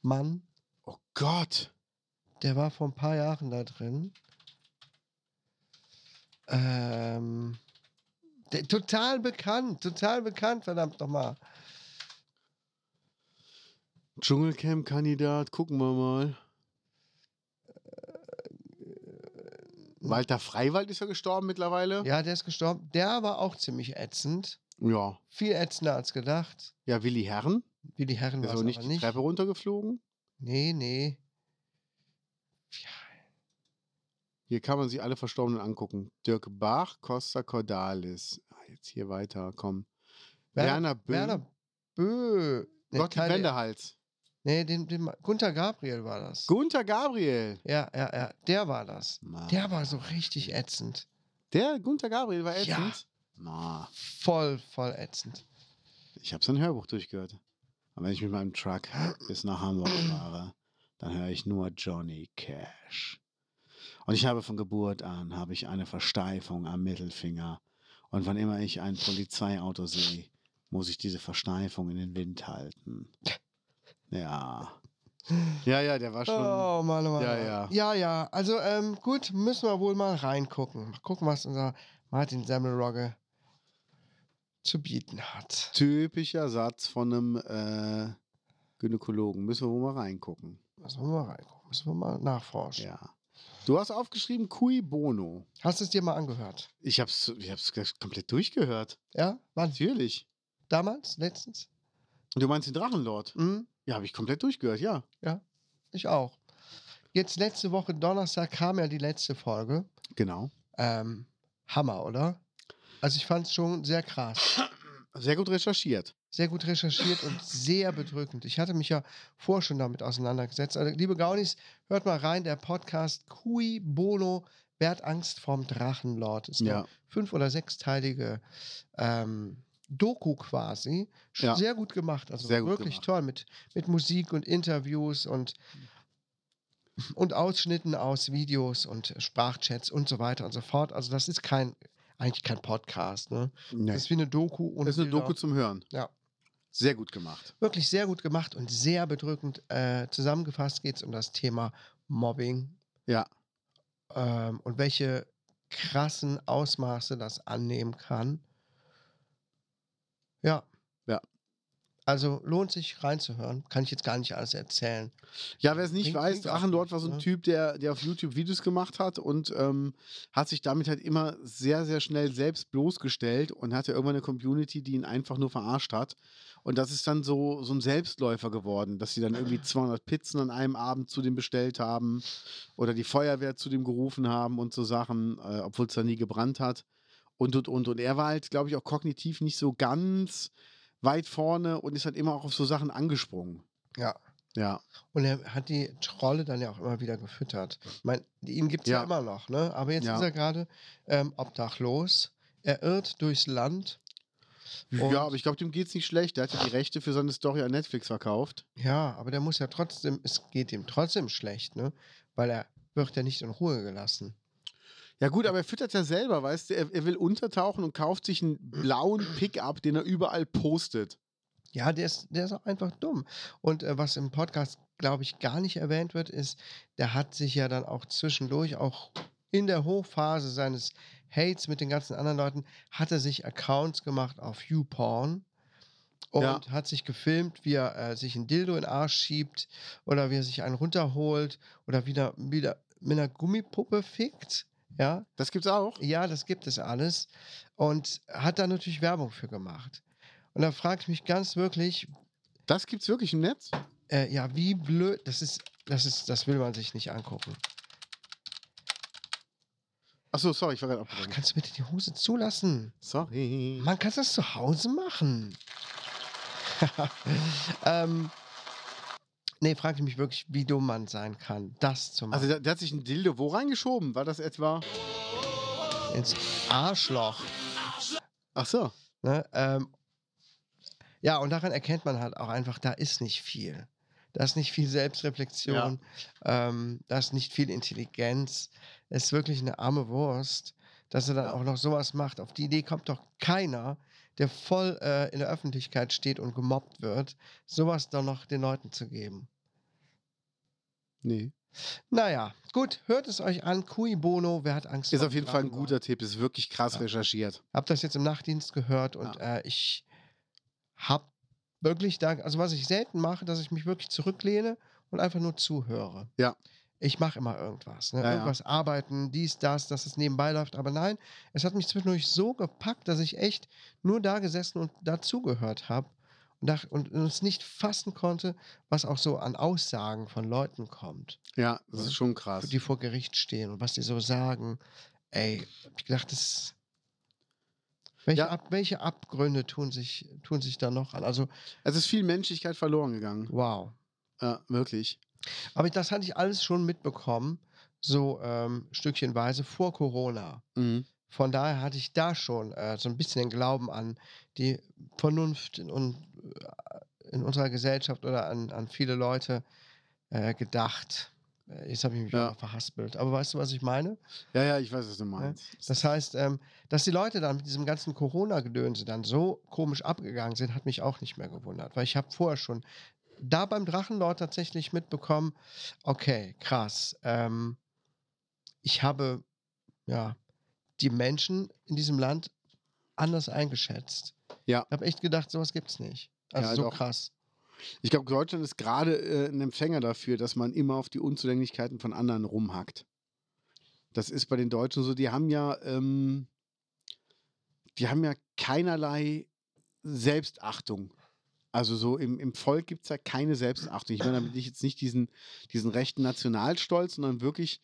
[SPEAKER 1] Mann,
[SPEAKER 2] Oh Gott.
[SPEAKER 1] der war vor ein paar Jahren da drin. Ähm, der, total bekannt, total bekannt, verdammt nochmal.
[SPEAKER 2] Dschungelcamp-Kandidat, gucken wir mal.
[SPEAKER 1] Äh,
[SPEAKER 2] Walter Freiwald ist ja gestorben mittlerweile.
[SPEAKER 1] Ja, der ist gestorben. Der war auch ziemlich ätzend.
[SPEAKER 2] Ja,
[SPEAKER 1] Viel ätzender als gedacht.
[SPEAKER 2] ja Willi Herren.
[SPEAKER 1] Wie die Herren
[SPEAKER 2] Ist
[SPEAKER 1] war
[SPEAKER 2] aber
[SPEAKER 1] es
[SPEAKER 2] nicht
[SPEAKER 1] aber
[SPEAKER 2] die
[SPEAKER 1] nicht.
[SPEAKER 2] Treppe runtergeflogen.
[SPEAKER 1] Nee, nee.
[SPEAKER 2] Hier kann man sich alle Verstorbenen angucken. Dirk Bach, Costa Cordalis. Ah, jetzt hier weiter, komm. Werner Böhm,
[SPEAKER 1] Werner Bö. Nee,
[SPEAKER 2] Gottlieb
[SPEAKER 1] keine-
[SPEAKER 2] Wenderhals.
[SPEAKER 1] Nee, den, den, Gunther Gabriel war das.
[SPEAKER 2] Gunther Gabriel.
[SPEAKER 1] ja, ja, ja. Der war das.
[SPEAKER 2] Mann.
[SPEAKER 1] Der war so richtig ätzend.
[SPEAKER 2] Der Gunther Gabriel war
[SPEAKER 1] Ja.
[SPEAKER 2] ätzend. Na,
[SPEAKER 1] Voll, voll ätzend.
[SPEAKER 2] ich habe sein Hörbuch durchgehört. Aber wenn ich mit meinem Truck bis nach Hamburg fahre, dann höre ich nur Johnny Cash. Und ich habe von Geburt an habe ich eine Versteifung am Mittelfinger. Und wann immer ich ein Polizeiauto sehe, muss ich diese Versteifung in den Wind halten. Ja. Ja, ja, der war schon.
[SPEAKER 1] Oh, Mann, oh, Mann.
[SPEAKER 2] Ja,
[SPEAKER 1] Mann.
[SPEAKER 2] ja.
[SPEAKER 1] Ja, ja. Also, ähm, gut, müssen wir wohl mal reingucken. Mal gucken, was unser Martin Semmelrogge zu bieten hat.
[SPEAKER 2] Typischer Satz von einem äh, Gynäkologen. Müssen wir wohl mal reingucken.
[SPEAKER 1] Müssen wir mal reingucken. Müssen wir mal nachforschen.
[SPEAKER 2] Ja. Du hast aufgeschrieben Cui Bono.
[SPEAKER 1] Hast du es dir mal angehört?
[SPEAKER 2] Ich hab's, ich hab's g- komplett durchgehört.
[SPEAKER 1] Ja? Wann?
[SPEAKER 2] Natürlich.
[SPEAKER 1] Damals? Letztens?
[SPEAKER 2] Du meinst den Drachenlord?
[SPEAKER 1] Mhm.
[SPEAKER 2] Ja, habe ich komplett durchgehört, ja.
[SPEAKER 1] Ich auch. Jetzt letzte Woche Donnerstag kam ja die letzte Folge.
[SPEAKER 2] Genau.
[SPEAKER 1] Ähm, Hammer, oder? Also ich fand es schon sehr krass.
[SPEAKER 2] Sehr gut recherchiert.
[SPEAKER 1] Sehr gut recherchiert und sehr bedrückend. Ich hatte mich ja vorher schon damit auseinandergesetzt. Also, liebe Gaunis, hört mal rein, der Podcast Cui Bono, Wer hat Angst vorm Drachenlord? Ist eine
[SPEAKER 2] Ja.
[SPEAKER 1] fünf- oder sechsteilige ähm, Doku quasi. Schon
[SPEAKER 2] Ja.
[SPEAKER 1] Sehr gut gemacht. Also
[SPEAKER 2] Sehr gut
[SPEAKER 1] wirklich
[SPEAKER 2] gemacht.
[SPEAKER 1] toll mit, mit Musik und Interviews und, und Ausschnitten aus Videos und Sprachchats und so weiter und so fort. Also das ist kein, eigentlich kein Podcast. Ne?
[SPEAKER 2] Nee.
[SPEAKER 1] Das ist wie eine Doku. Und
[SPEAKER 2] Das ist eine
[SPEAKER 1] Bilder.
[SPEAKER 2] Doku zum Hören.
[SPEAKER 1] Ja.
[SPEAKER 2] Sehr gut gemacht.
[SPEAKER 1] Wirklich sehr gut gemacht und sehr bedrückend. Äh, zusammengefasst geht es um das Thema Mobbing
[SPEAKER 2] Ja.
[SPEAKER 1] ähm, und welche krassen Ausmaße das annehmen kann. Ja.
[SPEAKER 2] Ja.
[SPEAKER 1] Also lohnt sich reinzuhören. Kann ich jetzt gar nicht alles erzählen.
[SPEAKER 2] Ja, wer es nicht
[SPEAKER 1] Klingt-
[SPEAKER 2] weiß,
[SPEAKER 1] klingt auch
[SPEAKER 2] Drachenlord
[SPEAKER 1] gut,
[SPEAKER 2] war so ein
[SPEAKER 1] ne?
[SPEAKER 2] Typ, der, der auf YouTube Videos gemacht hat und ähm, hat sich damit halt immer sehr, sehr schnell selbst bloßgestellt und hatte irgendwann eine Community, die ihn einfach nur verarscht hat. Und das ist dann so, so ein Selbstläufer geworden, dass sie dann irgendwie
[SPEAKER 1] Ah.
[SPEAKER 2] 200 Pizzen an einem Abend zu dem bestellt haben oder die Feuerwehr zu dem gerufen haben und so Sachen, äh, obwohl es da nie gebrannt hat. Und, und, und. Und er war halt, glaube ich, auch kognitiv nicht so ganz weit vorne und ist halt immer auch auf so Sachen angesprungen.
[SPEAKER 1] Ja.
[SPEAKER 2] Ja.
[SPEAKER 1] Und er hat die Trolle dann ja auch immer wieder gefüttert. Ich meine, ihn gibt es ja.
[SPEAKER 2] Ja.
[SPEAKER 1] immer noch, ne? Aber jetzt
[SPEAKER 2] Ja.
[SPEAKER 1] ist er gerade ähm, obdachlos. Er irrt durchs Land Und-
[SPEAKER 2] ja, aber ich glaube, dem geht's nicht schlecht. Der hat ja die Rechte für seine Story an Netflix verkauft.
[SPEAKER 1] Ja, aber der muss ja trotzdem, es geht ihm trotzdem schlecht, ne? Weil er wird ja nicht in Ruhe gelassen.
[SPEAKER 2] Ja gut, aber er füttert ja selber, weißt du, er, er will untertauchen und kauft sich einen blauen Pickup, den er überall postet.
[SPEAKER 1] Ja, der ist, der ist auch einfach dumm. Und äh, was im Podcast, glaube ich, gar nicht erwähnt wird, ist, der hat sich ja dann auch zwischendurch, auch in der Hochphase seines Hates mit den ganzen anderen Leuten, hat er sich Accounts gemacht auf YouPorn und
[SPEAKER 2] Ja.
[SPEAKER 1] hat sich gefilmt, wie er äh, sich ein Dildo in den Arsch schiebt oder wie er sich einen runterholt oder wieder, wieder mit einer Gummipuppe fickt. Ja,
[SPEAKER 2] Das gibt's auch.
[SPEAKER 1] Ja, das gibt es alles. Und hat da natürlich Werbung für gemacht. Und da frage ich mich ganz wirklich,
[SPEAKER 2] Das gibt's wirklich im Netz.
[SPEAKER 1] äh, ja, wie blöd, das ist, das ist, das will man sich nicht angucken.
[SPEAKER 2] Achso, sorry, ich war gerade
[SPEAKER 1] Ach,
[SPEAKER 2] abgelenkt.
[SPEAKER 1] kannst du bitte die Hose zulassen?
[SPEAKER 2] Sorry.
[SPEAKER 1] Man kann das zu Hause machen. ähm, nee, frage ich mich wirklich, wie dumm man sein kann, das zu
[SPEAKER 2] Also
[SPEAKER 1] machen.
[SPEAKER 2] der, der hat sich ein Dildo wo reingeschoben? War das etwa?
[SPEAKER 1] ins Arschloch.
[SPEAKER 2] Ach so.
[SPEAKER 1] Ne? Ähm, ja, und daran erkennt man halt auch einfach, da ist nicht viel. Da ist nicht viel Selbstreflexion, ähm, da ist nicht viel Intelligenz. Es ist wirklich eine arme Wurst, dass er dann auch noch sowas macht. Auf die Idee kommt doch keiner, der voll äh, in der Öffentlichkeit steht und gemobbt wird, sowas dann noch den Leuten zu geben.
[SPEAKER 2] Nee.
[SPEAKER 1] Naja, gut, hört es euch an. Cui Bono, wer hat Angst
[SPEAKER 2] Ist
[SPEAKER 1] vor
[SPEAKER 2] auf jeden
[SPEAKER 1] dem
[SPEAKER 2] Fall ein
[SPEAKER 1] Drachenlord?
[SPEAKER 2] guter Tipp. Ist wirklich krass
[SPEAKER 1] Ja.
[SPEAKER 2] recherchiert.
[SPEAKER 1] habe das jetzt im Nachtdienst gehört und äh, ich habe wirklich da, also was ich selten mache, dass ich mich wirklich zurücklehne und einfach nur zuhöre.
[SPEAKER 2] Ja.
[SPEAKER 1] Ich mache immer irgendwas. Ne?
[SPEAKER 2] Ja, ja.
[SPEAKER 1] irgendwas arbeiten, dies, das, dass es nebenbei läuft. Aber nein, es hat mich zwischendurch so gepackt, dass ich echt nur da gesessen und dazugehört habe und, dach- und und es nicht fassen konnte, was auch so an Aussagen von Leuten kommt
[SPEAKER 2] Ja, das ist schon krass.
[SPEAKER 1] die vor Gericht stehen und was die so sagen. Ey, hab ich gedacht, das. Welche,
[SPEAKER 2] Ja.
[SPEAKER 1] Ab, welche Abgründe tun sich, tun sich da noch an? Also,
[SPEAKER 2] Es ist viel Menschlichkeit verloren gegangen.
[SPEAKER 1] wow.
[SPEAKER 2] Ja, wirklich.
[SPEAKER 1] Aber das hatte ich alles schon mitbekommen, so ähm, stückchenweise vor Corona.
[SPEAKER 2] Mhm.
[SPEAKER 1] Von daher hatte ich da schon äh, so ein bisschen den Glauben an die Vernunft in, un, in unserer Gesellschaft oder an, an viele Leute äh, gedacht. Äh, Jetzt habe ich mich
[SPEAKER 2] Ja.
[SPEAKER 1] auch verhaspelt. Aber weißt du, was ich meine?
[SPEAKER 2] Ja, ja, ich weiß, was du meinst.
[SPEAKER 1] Das heißt, ähm, dass die Leute dann mit diesem ganzen Corona-Gedönse dann so komisch abgegangen sind, hat mich auch nicht mehr gewundert, weil ich habe vorher schon da beim Drachenlord tatsächlich mitbekommen, okay, krass, ähm, ich habe ja die Menschen in diesem Land anders eingeschätzt.
[SPEAKER 2] Ja.
[SPEAKER 1] Ich habe echt gedacht, sowas gibt's nicht. Also
[SPEAKER 2] Ja,
[SPEAKER 1] so
[SPEAKER 2] doch.
[SPEAKER 1] krass.
[SPEAKER 2] Ich glaube, Deutschland ist gerade äh, ein Empfänger dafür, dass man immer auf die Unzulänglichkeiten von anderen rumhackt. Das ist bei den Deutschen so, die haben ja, ähm, die haben ja keinerlei Selbstachtung. Also so im, im Volk gibt es ja keine Selbstachtung. Ich meine damit nicht jetzt nicht diesen, diesen rechten Nationalstolz, sondern wirklich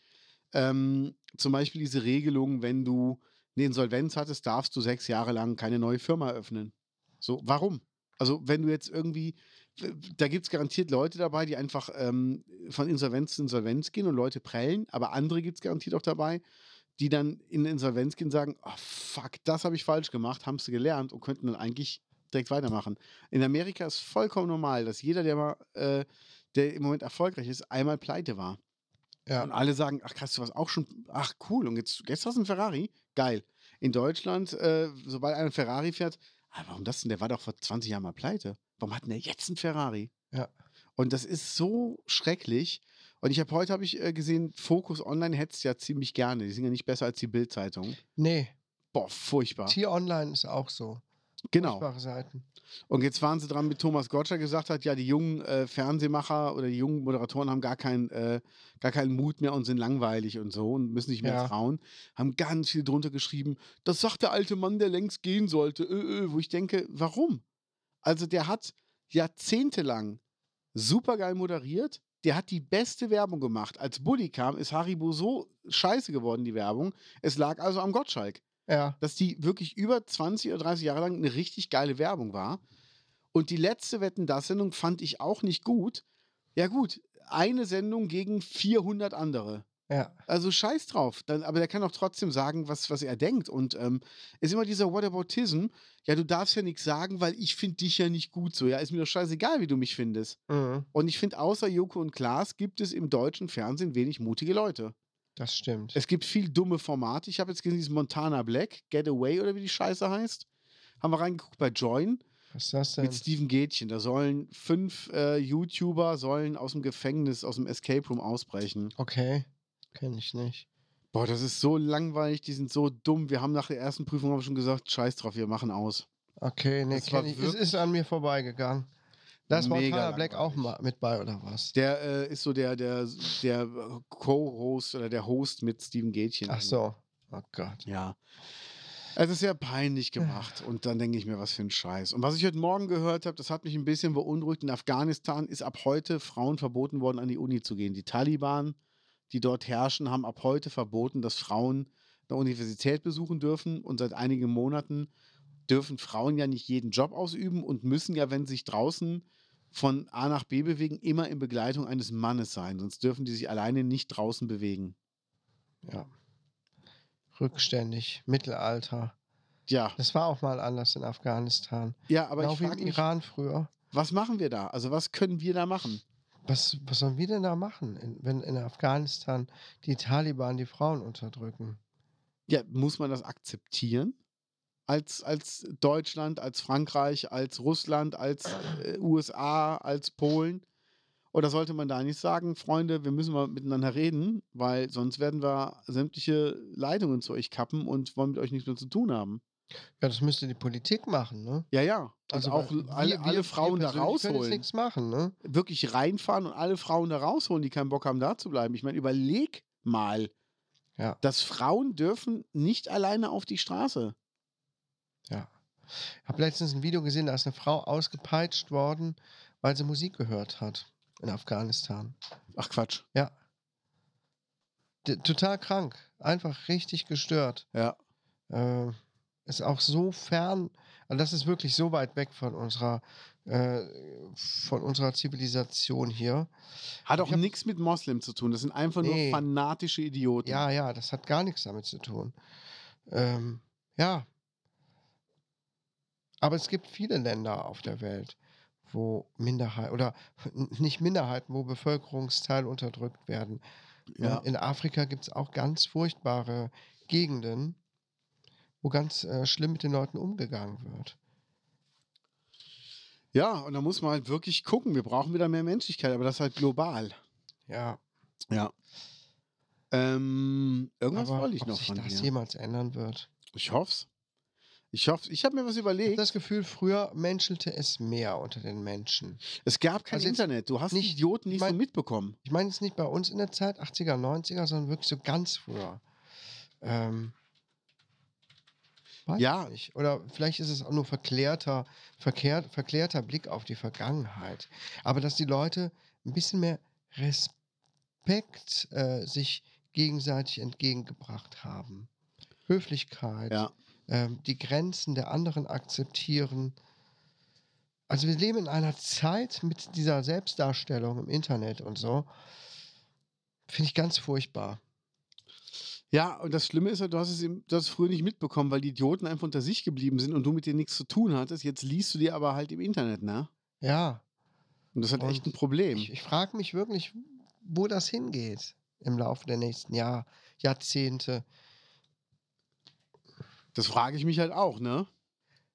[SPEAKER 2] ähm, zum Beispiel diese Regelung, wenn du eine Insolvenz hattest, darfst du sechs Jahre lang keine neue Firma öffnen. So, warum? Also wenn du jetzt irgendwie da gibt es garantiert Leute dabei, die einfach ähm, von Insolvenz zu Insolvenz gehen und Leute prellen, aber andere gibt es garantiert auch dabei, die dann in Insolvenz gehen und sagen, oh, fuck, das habe ich falsch gemacht, haben es gelernt und könnten dann eigentlich direkt weitermachen. In Amerika ist vollkommen normal, dass jeder, der mal, äh, der im Moment erfolgreich ist, einmal pleite war.
[SPEAKER 1] Ja.
[SPEAKER 2] Und alle sagen, ach, hast du was auch schon, ach cool, und jetzt, jetzt hast du einen Ferrari, geil. In Deutschland, äh, sobald einer einen Ferrari fährt, ah, warum das denn? Der war doch vor 20 Jahren mal pleite. Warum hat denn der jetzt einen Ferrari?
[SPEAKER 1] Ja.
[SPEAKER 2] Und das ist so schrecklich. Und ich habe heute habe ich äh, gesehen, Focus Online hetzt ja ziemlich gerne. Die sind ja nicht besser als die Bild-Zeitung.
[SPEAKER 1] Nee,
[SPEAKER 2] Boah, furchtbar.
[SPEAKER 1] Tier Online ist auch so.
[SPEAKER 2] Genau.
[SPEAKER 1] Furchtbare Seiten.
[SPEAKER 2] Und jetzt waren sie dran, mit Thomas Gottschalk gesagt hat, ja, die jungen äh, Fernsehmacher oder die jungen Moderatoren haben gar, kein, äh, gar keinen Mut mehr und sind langweilig und so und müssen nicht mehr
[SPEAKER 1] Ja.
[SPEAKER 2] trauen. Haben ganz viel drunter geschrieben, das sagt der alte Mann, der längst gehen sollte. Ö, ö, wo ich denke, warum? Also der hat jahrzehntelang supergeil moderiert. Der hat die beste Werbung gemacht. Als Bulli kam, ist Haribo so scheiße geworden, die Werbung. Es lag also am Gottschalk
[SPEAKER 1] Ja.
[SPEAKER 2] dass die wirklich über 20 oder 30 Jahre lang eine richtig geile Werbung war. Und die letzte Wetten das Sendung fand ich auch nicht gut. Ja gut, eine Sendung gegen 400 andere.
[SPEAKER 1] Ja.
[SPEAKER 2] Also scheiß drauf. Dann, aber der kann auch trotzdem sagen, was, was er denkt. Und ähm, ist immer dieser Whataboutism, ja, du darfst ja nichts sagen, weil ich finde dich ja nicht gut so. Ja, ist mir doch scheißegal, wie du mich findest.
[SPEAKER 1] Mhm.
[SPEAKER 2] Und ich finde, außer Joko und Klaas gibt es im deutschen Fernsehen wenig mutige Leute.
[SPEAKER 1] Das stimmt.
[SPEAKER 2] Es gibt viel dumme Formate. Ich habe jetzt gesehen, dieses Montana Black, Getaway oder wie die Scheiße heißt. Haben wir reingeguckt bei Join
[SPEAKER 1] Was ist das denn?
[SPEAKER 2] mit Steven Gätchen. Da sollen fünf äh, YouTuber sollen aus dem Gefängnis, aus dem Escape Room ausbrechen.
[SPEAKER 1] Okay. Kenne ich nicht.
[SPEAKER 2] Boah, das ist so langweilig, die sind so dumm. Wir haben nach der ersten Prüfung haben wir schon gesagt, scheiß drauf, wir machen aus.
[SPEAKER 1] Okay, nee,
[SPEAKER 2] Das war
[SPEAKER 1] kenn ich. Es
[SPEAKER 2] wirklich
[SPEAKER 1] ist an mir vorbeigegangen. Das war
[SPEAKER 2] mega
[SPEAKER 1] Tyler Black auch
[SPEAKER 2] langweilig.
[SPEAKER 1] mal mit bei, oder was?
[SPEAKER 2] Der äh, ist so der, der, der äh, Co-Host oder der Host mit Steven Gätchen.
[SPEAKER 1] Ach so. Oh Gott.
[SPEAKER 2] Ja. Es ist sehr peinlich gemacht und dann denke ich mir, was für ein Scheiß. Und was ich heute Morgen gehört habe, das hat mich ein bisschen beunruhigt. In Afghanistan ist ab heute Frauen verboten worden, an die Uni zu gehen. Die Taliban, die dort herrschen, haben ab heute verboten, dass Frauen eine Universität besuchen dürfen. Und seit einigen Monaten dürfen Frauen ja nicht jeden Job ausüben und müssen ja, wenn sie sich draußen von A nach B bewegen, immer in Begleitung eines Mannes sein. Sonst dürfen die sich alleine nicht draußen bewegen.
[SPEAKER 1] Ja. Rückständig. Mittelalter.
[SPEAKER 2] Ja,
[SPEAKER 1] Das war auch mal anders in Afghanistan.
[SPEAKER 2] ja aber
[SPEAKER 1] genau
[SPEAKER 2] ich
[SPEAKER 1] wie im
[SPEAKER 2] frage mich,
[SPEAKER 1] Iran früher.
[SPEAKER 2] Was machen wir da? Also, was können wir da machen?
[SPEAKER 1] Was, was sollen wir denn da machen, in, wenn in Afghanistan die Taliban die Frauen unterdrücken?
[SPEAKER 2] Ja, muss man das akzeptieren? Als, als Deutschland, als Frankreich, als Russland, als äh, USA, als Polen? Oder sollte man da nicht sagen, Freunde, wir müssen mal miteinander reden, weil sonst werden wir sämtliche Leitungen zu euch kappen und wollen mit euch nichts mehr zu tun haben?
[SPEAKER 1] Ja, das müsste die Politik machen, ne?
[SPEAKER 2] Ja, ja. Also auch
[SPEAKER 1] weil
[SPEAKER 2] alle,
[SPEAKER 1] wir- wir-
[SPEAKER 2] alle Frauen
[SPEAKER 1] wir persönlich
[SPEAKER 2] da
[SPEAKER 1] können jetzt
[SPEAKER 2] rausholen.
[SPEAKER 1] nichts machen, ne?
[SPEAKER 2] Wirklich reinfahren und alle Frauen da rausholen, die keinen Bock haben, da zu bleiben. Ich meine, überleg mal.
[SPEAKER 1] Ja.
[SPEAKER 2] dass Frauen dürfen nicht alleine auf die Straße.
[SPEAKER 1] Ja. Ich habe letztens ein Video gesehen, da ist eine Frau ausgepeitscht worden, weil sie Musik gehört hat in Afghanistan.
[SPEAKER 2] Ach Quatsch.
[SPEAKER 1] Ja. D total krank. Einfach richtig gestört.
[SPEAKER 2] Ja.
[SPEAKER 1] Äh, ist auch so fern, also das ist wirklich so weit weg von unserer, äh, von unserer Zivilisation hier.
[SPEAKER 2] Hat auch
[SPEAKER 1] Ich hab-
[SPEAKER 2] nichts mit Moslem zu tun. Das sind einfach
[SPEAKER 1] Nee.
[SPEAKER 2] nur fanatische Idioten.
[SPEAKER 1] Ja, ja, das hat gar nichts damit zu tun. Ähm, ja. Aber es gibt viele Länder auf der Welt, wo Minderheiten oder n- nicht Minderheiten, wo Bevölkerungsteile unterdrückt werden.
[SPEAKER 2] Ja.
[SPEAKER 1] Ne? In Afrika gibt es auch ganz furchtbare Gegenden, wo ganz äh, schlimm mit den Leuten umgegangen wird.
[SPEAKER 2] ja, und da muss man halt wirklich gucken. Wir brauchen wieder mehr Menschlichkeit, aber das halt global.
[SPEAKER 1] Ja,
[SPEAKER 2] Ja. Ähm, irgendwas
[SPEAKER 1] aber
[SPEAKER 2] wollte ich
[SPEAKER 1] ob
[SPEAKER 2] noch
[SPEAKER 1] sich
[SPEAKER 2] von
[SPEAKER 1] das
[SPEAKER 2] dir.
[SPEAKER 1] jemals ändern wird.
[SPEAKER 2] Ich hoff's. Ich hoffe, ich habe mir was
[SPEAKER 1] Ich habe
[SPEAKER 2] überlegt.
[SPEAKER 1] das Gefühl, früher menschelte es mehr unter den Menschen.
[SPEAKER 2] Es gab kein
[SPEAKER 1] Also jetzt
[SPEAKER 2] Internet. Du hast
[SPEAKER 1] nicht-
[SPEAKER 2] die Idioten nicht
[SPEAKER 1] mein-
[SPEAKER 2] so mitbekommen.
[SPEAKER 1] ich meine jetzt nicht bei uns in der Zeit, 80er, 90er, sondern wirklich so ganz früher. Ähm, weiß
[SPEAKER 2] Ja.
[SPEAKER 1] ich Nicht. Oder vielleicht ist es auch nur verklärter, verkehrt, verklärter Blick auf die Vergangenheit. Aber dass die Leute ein bisschen mehr Respekt äh, sich gegenseitig entgegengebracht haben. Höflichkeit,
[SPEAKER 2] Ja.
[SPEAKER 1] ähm, die Grenzen der anderen akzeptieren. Also wir leben in einer Zeit mit dieser Selbstdarstellung im Internet und so. Finde ich ganz furchtbar.
[SPEAKER 2] Ja, und das Schlimme ist ja, du hast es eben, du hast es früher nicht mitbekommen, weil die Idioten einfach unter sich geblieben sind und du mit denen nichts zu tun hattest. Jetzt liest du dir aber halt im Internet, ne?
[SPEAKER 1] Ja,
[SPEAKER 2] Und das ist halt echt
[SPEAKER 1] Und
[SPEAKER 2] ein Problem.
[SPEAKER 1] ich, ich frage mich wirklich, wo das hingeht im Laufe der nächsten Jahr, Jahrzehnte.
[SPEAKER 2] Das frage ich mich halt auch, ne?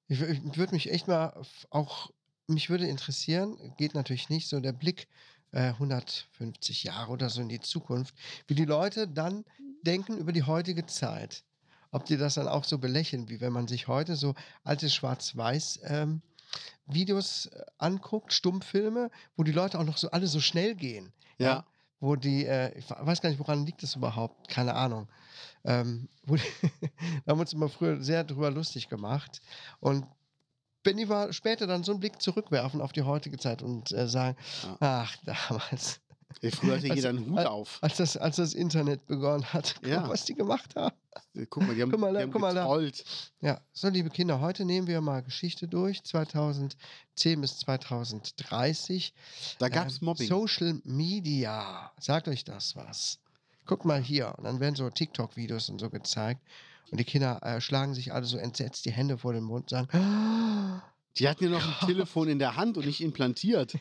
[SPEAKER 1] Ich, wür- ich würde mich echt mal f- auch, mich würde interessieren, geht natürlich nicht, so der Blick äh, 150 Jahre oder so in die Zukunft, wie die Leute dann denken über die heutige Zeit. Ob die das dann auch so belächeln, wie wenn man sich heute so alte Schwarz-Weiß-Videos äh, anguckt, Stummfilme, wo die Leute auch noch so alle so schnell gehen
[SPEAKER 2] Ja.
[SPEAKER 1] Ja. wo die, äh, ich weiß gar nicht, woran liegt das überhaupt, keine Ahnung. Ähm, wo die, da haben wir uns immer früher sehr drüber lustig gemacht. Und wenn die mal später dann so einen Blick zurückwerfen auf die heutige Zeit und äh, sagen,
[SPEAKER 2] Ja.
[SPEAKER 1] ach, damals,
[SPEAKER 2] Ey, Früher hatte
[SPEAKER 1] Also,
[SPEAKER 2] jeder einen Hut
[SPEAKER 1] äh,
[SPEAKER 2] auf.
[SPEAKER 1] als das, als das Internet begonnen hat, guck,
[SPEAKER 2] Ja.
[SPEAKER 1] was die gemacht haben.
[SPEAKER 2] Äh, Guck mal, die haben,
[SPEAKER 1] guck mal da,
[SPEAKER 2] die haben
[SPEAKER 1] guck mal da.
[SPEAKER 2] getrollt.
[SPEAKER 1] Ja, so liebe Kinder, heute nehmen wir mal Geschichte durch, 2010 bis 2030.
[SPEAKER 2] Da gab es
[SPEAKER 1] Ähm,
[SPEAKER 2] Mobbing.
[SPEAKER 1] Social Media, sagt euch das was? guck mal hier. Und dann werden so TikTok-Videos und so gezeigt. Und die Kinder äh, schlagen sich alle so entsetzt die Hände vor den Mund und sagen, "Ah,
[SPEAKER 2] Die hatten ja noch ein Telefon in der Hand und nicht implantiert.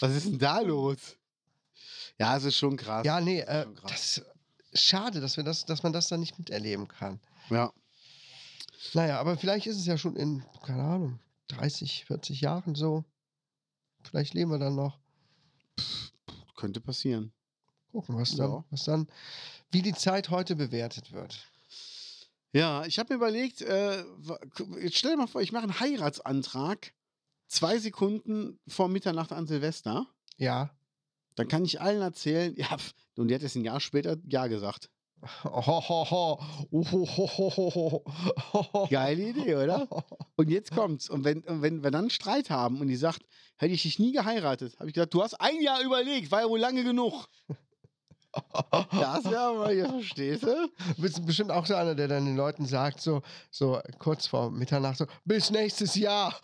[SPEAKER 2] Was ist denn da los? Ja, es ist schon krass.
[SPEAKER 1] ja, nee, äh,
[SPEAKER 2] Das ist schon krass.
[SPEAKER 1] das schade, dass, wir das, dass man das dann nicht miterleben kann.
[SPEAKER 2] ja.
[SPEAKER 1] Naja, aber vielleicht ist es ja schon in, keine Ahnung, 30, 40 Jahren so. Vielleicht leben wir dann noch.
[SPEAKER 2] Könnte passieren.
[SPEAKER 1] Gucken, was dann,
[SPEAKER 2] Ja.
[SPEAKER 1] was dann, wie die Zeit heute bewertet wird.
[SPEAKER 2] Ja, ich habe mir überlegt, äh, wa- gu- jetzt stell dir mal vor, ich mache einen Heiratsantrag zwei Sekunden vor Mitternacht an Silvester.
[SPEAKER 1] Ja.
[SPEAKER 2] Dann kann ich allen erzählen, ja, pf, und die hat jetzt ein Jahr später Ja gesagt.
[SPEAKER 1] Ohohoho. Uhohohoho.
[SPEAKER 2] Geile Idee, oder? Und jetzt kommt's. Und wenn, und wenn wir dann einen Streit haben und die sagt, hätte ich dich nie geheiratet, habe ich gesagt, du hast ein Jahr überlegt, war ja wohl lange genug. Das wäre mal, ihr verstehst du?
[SPEAKER 1] Du bist bestimmt auch so einer, der dann den Leuten sagt, so, so kurz vor Mitternacht, so, bis nächstes Jahr.